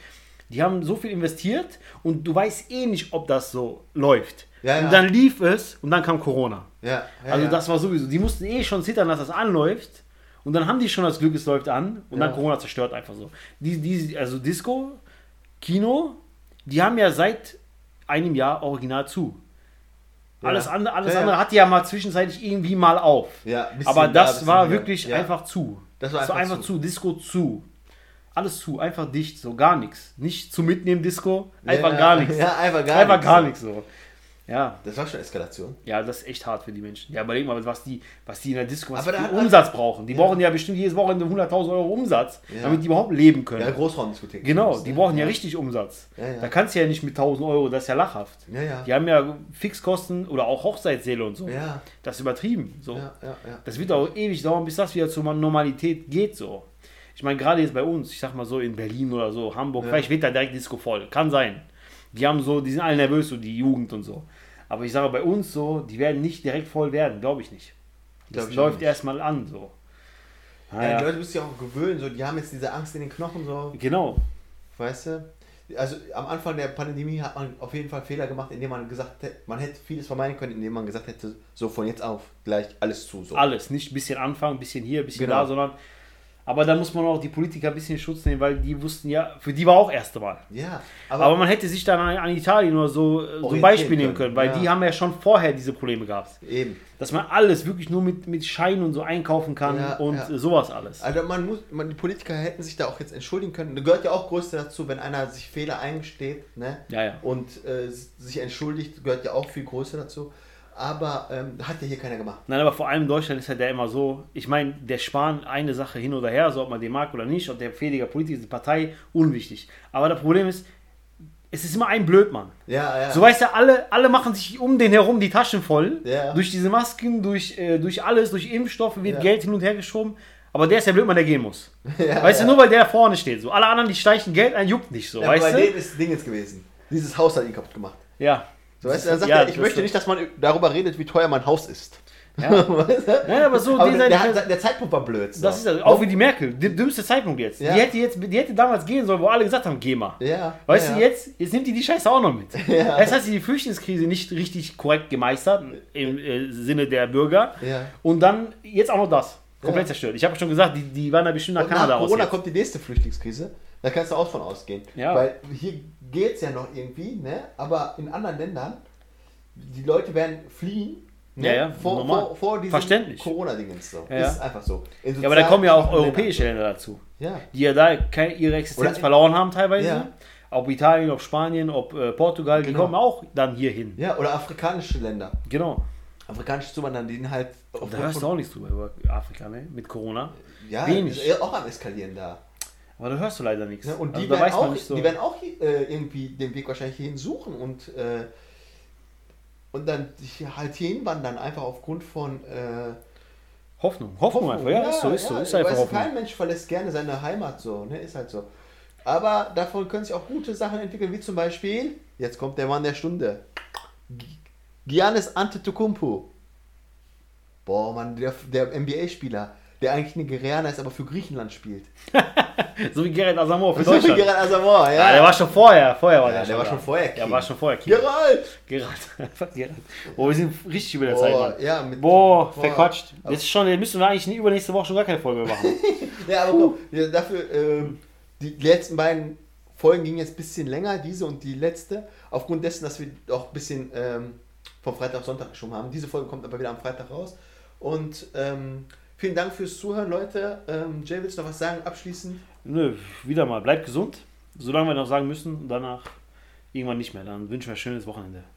[SPEAKER 2] die haben so viel investiert und du weißt eh nicht, ob das so läuft.
[SPEAKER 1] Ja, ja.
[SPEAKER 2] Und dann lief es und dann kam Corona.
[SPEAKER 1] ja, ja,
[SPEAKER 2] also
[SPEAKER 1] ja.
[SPEAKER 2] das war sowieso. Die mussten eh schon zittern, dass das anläuft. Und dann haben die schon das Glück, es läuft an. Und
[SPEAKER 1] Ja.
[SPEAKER 2] dann Corona zerstört einfach so. Die, die, also Disco, Kino, die haben ja seit einem Jahr original zu.
[SPEAKER 1] Ja.
[SPEAKER 2] Alles, andere, alles
[SPEAKER 1] Ja, ja.
[SPEAKER 2] andere hatte ja mal zwischenzeitlich irgendwie mal auf.
[SPEAKER 1] Ja, bisschen
[SPEAKER 2] Aber
[SPEAKER 1] da,
[SPEAKER 2] das
[SPEAKER 1] bisschen
[SPEAKER 2] war
[SPEAKER 1] hier.
[SPEAKER 2] wirklich
[SPEAKER 1] Ja.
[SPEAKER 2] einfach zu.
[SPEAKER 1] Das war einfach
[SPEAKER 2] einfach zu. Disco zu. Alles zu, einfach dicht, so gar nichts. Nicht zu mitnehmen Disco, einfach
[SPEAKER 1] ja,
[SPEAKER 2] gar nichts.
[SPEAKER 1] Ja, einfach gar
[SPEAKER 2] einfach
[SPEAKER 1] nichts.
[SPEAKER 2] gar nichts so. Ja.
[SPEAKER 1] Das war schon Eskalation.
[SPEAKER 2] Ja, das ist echt hart für die Menschen. Ja, überleg mal, was die, was die in der Disco was
[SPEAKER 1] Aber da
[SPEAKER 2] die
[SPEAKER 1] hat-
[SPEAKER 2] Umsatz brauchen. Die brauchen ja bestimmt jedes Wochenende 100.000 Euro Umsatz,
[SPEAKER 1] Ja.
[SPEAKER 2] damit die überhaupt leben können.
[SPEAKER 1] Ja, Großraumdiskothek.
[SPEAKER 2] genau, die brauchen ja
[SPEAKER 1] ja
[SPEAKER 2] richtig Umsatz.
[SPEAKER 1] Ja, ja.
[SPEAKER 2] Da kannst du ja nicht mit 1.000 Euro, das ist ja lachhaft.
[SPEAKER 1] Ja, ja.
[SPEAKER 2] Die haben ja Fixkosten oder auch Hochzeitssäle und so.
[SPEAKER 1] Ja.
[SPEAKER 2] Das ist übertrieben. So.
[SPEAKER 1] Ja, ja, ja.
[SPEAKER 2] Das wird auch ewig dauern, bis das wieder zur Normalität geht. So. Ich meine, gerade jetzt bei uns, ich sag mal so in Berlin oder so, Hamburg, vielleicht wird da direkt Disco voll. Kann sein. Die haben so, die sind alle nervös, so die Jugend und so. Aber ich sage bei uns so, die werden nicht direkt voll werden, glaube ich nicht. Das
[SPEAKER 1] Glaub ich auch
[SPEAKER 2] läuft
[SPEAKER 1] nicht.
[SPEAKER 2] erstmal an, so.
[SPEAKER 1] Ja,
[SPEAKER 2] Naja,
[SPEAKER 1] Die Leute müssen sich auch gewöhnen, so, die haben jetzt diese Angst in den Knochen, so,
[SPEAKER 2] Genau.
[SPEAKER 1] weißt du? Also am Anfang der Pandemie hat man auf jeden Fall Fehler gemacht, indem man gesagt hätte, man hätte vieles vermeiden können, indem man gesagt hätte, so von jetzt auf gleich alles zu. So.
[SPEAKER 2] Alles. Nicht ein bisschen anfangen, ein bisschen hier, ein bisschen
[SPEAKER 1] Genau.
[SPEAKER 2] da, sondern. Aber da muss man auch die Politiker ein bisschen in Schutz nehmen, weil die wussten ja, für die war auch erste Mal.
[SPEAKER 1] Ja,
[SPEAKER 2] Aber,
[SPEAKER 1] aber,
[SPEAKER 2] man hätte sich dann an, an Italien oder so äh, so ein Beispiel nehmen können, weil
[SPEAKER 1] ja.
[SPEAKER 2] die haben ja schon vorher diese Probleme gehabt.
[SPEAKER 1] eben.
[SPEAKER 2] Dass man alles wirklich nur mit, mit Schein und so einkaufen kann
[SPEAKER 1] Ja,
[SPEAKER 2] und
[SPEAKER 1] ja.
[SPEAKER 2] äh, sowas alles.
[SPEAKER 1] Also man muss, man, die Politiker hätten sich da auch jetzt entschuldigen können. Da gehört ja auch Größte dazu, wenn einer sich Fehler eingesteht, ne?
[SPEAKER 2] Ja, ja.
[SPEAKER 1] Und äh, sich entschuldigt, gehört ja auch viel Größe dazu. Aber ähm, hat ja hier keiner gemacht.
[SPEAKER 2] Nein, aber vor allem in Deutschland ist halt der immer so, ich meine, der Spahn eine Sache hin oder her, so ob man den mag oder nicht, ob der fähiger Politiker ist, die Partei, unwichtig. Aber das Problem ist, es ist immer ein Blödmann.
[SPEAKER 1] Ja, ja.
[SPEAKER 2] So weißt du, alle, alle machen sich um den herum die Taschen voll.
[SPEAKER 1] Ja.
[SPEAKER 2] Durch diese Masken, durch, äh, durch alles, durch Impfstoffe wird
[SPEAKER 1] Ja.
[SPEAKER 2] Geld hin und her geschoben. Aber der ist der Blödmann, der gehen muss.
[SPEAKER 1] Ja,
[SPEAKER 2] weißt
[SPEAKER 1] ja.
[SPEAKER 2] du, nur weil der vorne steht. So. Alle anderen, die steichen Geld ein, juckt nicht so.
[SPEAKER 1] ja, aber bei
[SPEAKER 2] weißt du?
[SPEAKER 1] dem ist Ding jetzt gewesen. Dieses Haus hat ihn kaputt gemacht.
[SPEAKER 2] Ja.
[SPEAKER 1] So, weißt, du, dann sagt
[SPEAKER 2] Ja,
[SPEAKER 1] er, ich
[SPEAKER 2] das
[SPEAKER 1] möchte
[SPEAKER 2] ist-
[SPEAKER 1] nicht, dass man darüber redet, wie teuer mein Haus ist.
[SPEAKER 2] Ja.
[SPEAKER 1] Weißt du?
[SPEAKER 2] Nein, aber so,
[SPEAKER 1] Aber
[SPEAKER 2] die seine-
[SPEAKER 1] der, hat, der Zeitpunkt war blöd. So.
[SPEAKER 2] Das ist das, auch wie die Merkel, der dümmste Zeitpunkt jetzt.
[SPEAKER 1] Ja.
[SPEAKER 2] Die, hätte jetzt. die hätte damals gehen sollen, wo alle gesagt haben, geh mal.
[SPEAKER 1] Ja,
[SPEAKER 2] Weißt
[SPEAKER 1] ja.
[SPEAKER 2] du, jetzt, jetzt nimmt die die Scheiße auch noch mit.
[SPEAKER 1] Ja.
[SPEAKER 2] Das heißt, die Flüchtlingskrise nicht richtig korrekt gemeistert, im äh, Sinne der Bürger.
[SPEAKER 1] Ja.
[SPEAKER 2] Und dann jetzt auch noch das. Komplett
[SPEAKER 1] Ja.
[SPEAKER 2] zerstört. Ich habe schon gesagt, die, die waren da bestimmt nach
[SPEAKER 1] Und nach
[SPEAKER 2] Kanada aus.
[SPEAKER 1] Corona
[SPEAKER 2] jetzt.
[SPEAKER 1] kommt die nächste Flüchtlingskrise. Da kannst du auch von ausgehen.
[SPEAKER 2] Ja.
[SPEAKER 1] Weil hier geht es ja noch irgendwie, ne? aber in anderen Ländern, die Leute werden fliehen. Ne?
[SPEAKER 2] Ja, ja,
[SPEAKER 1] vor,
[SPEAKER 2] normal.
[SPEAKER 1] vor, vor diesem
[SPEAKER 2] Verständlich.
[SPEAKER 1] Corona-Dingens so.
[SPEAKER 2] Ja, ja.
[SPEAKER 1] Ist einfach so. In
[SPEAKER 2] Ja, aber da
[SPEAKER 1] sozial
[SPEAKER 2] kommen ja auch
[SPEAKER 1] schwachen Ländern.
[SPEAKER 2] europäische Länder dazu,
[SPEAKER 1] Ja.
[SPEAKER 2] die ja da keine, ihre Existenz
[SPEAKER 1] Oder-
[SPEAKER 2] verloren haben teilweise.
[SPEAKER 1] Ja.
[SPEAKER 2] Ob Italien, ob Spanien, ob äh, Portugal, die
[SPEAKER 1] Genau.
[SPEAKER 2] kommen auch dann hier hin.
[SPEAKER 1] ja, oder afrikanische Länder.
[SPEAKER 2] Genau.
[SPEAKER 1] Afrikanische Zuwanderer, die sind halt.
[SPEAKER 2] Oh, Da hörst du auch nichts drüber über Afrika, ne? Mit Corona.
[SPEAKER 1] ja,
[SPEAKER 2] wenig.
[SPEAKER 1] ist eher auch am Eskalieren da.
[SPEAKER 2] Aber da hörst du leider nichts.
[SPEAKER 1] Ne? Und die,
[SPEAKER 2] Also da
[SPEAKER 1] werden
[SPEAKER 2] weiß man
[SPEAKER 1] auch,
[SPEAKER 2] nicht so.
[SPEAKER 1] die werden auch äh, irgendwie den Weg wahrscheinlich hierhin suchen und, äh, und dann sich halt hierhin wandern, einfach aufgrund von äh,
[SPEAKER 2] Hoffnung. Hoffnung einfach. Ja, ist so, ist so. Ist
[SPEAKER 1] weißt
[SPEAKER 2] einfach
[SPEAKER 1] du,
[SPEAKER 2] Hoffnung.
[SPEAKER 1] Kein Mensch verlässt gerne seine Heimat so, ne? Ist halt so. Aber davon können sich auch gute Sachen entwickeln, wie zum Beispiel, jetzt kommt der Mann der Stunde. Gi- Giannis Antetokounmpo. Boah, Mann, der, der NBA-Spieler, der eigentlich Nigerianer ist, aber für Griechenland spielt.
[SPEAKER 2] So wie Gerrit Asamoah für
[SPEAKER 1] So wie
[SPEAKER 2] Deutschland.
[SPEAKER 1] Gerard Asamoah, ja.
[SPEAKER 2] Ah, der war schon vorher. Vorher war
[SPEAKER 1] Ja,
[SPEAKER 2] der,
[SPEAKER 1] der war
[SPEAKER 2] da.
[SPEAKER 1] schon vorher
[SPEAKER 2] Der
[SPEAKER 1] King.
[SPEAKER 2] war schon vorher King.
[SPEAKER 1] Gerald!
[SPEAKER 2] Gerrit. Fuck Gerrit. Boah, wir sind richtig über der Zeit,
[SPEAKER 1] Boah,
[SPEAKER 2] Mann.
[SPEAKER 1] ja, mit,
[SPEAKER 2] Boah,
[SPEAKER 1] boah. Also-
[SPEAKER 2] verquatscht. Jetzt ist schon, jetzt müssen wir eigentlich übernächste Woche schon gar keine Folge mehr machen.
[SPEAKER 1] Ja, aber guck, ja, dafür, ähm, die letzten beiden Folgen gingen jetzt ein bisschen länger, diese und die letzte, aufgrund dessen, dass wir auch ein bisschen ähm, vom Freitag auf Sonntag geschoben haben. Diese Folge kommt aber wieder am Freitag raus. Und ähm, vielen Dank fürs Zuhören, Leute. Ähm, Jay, willst du noch was sagen, abschließend?
[SPEAKER 2] Nö, wieder mal. Bleibt gesund. Solange wir noch sagen müssen. Und danach irgendwann nicht mehr. Dann wünschen wir ein schönes Wochenende.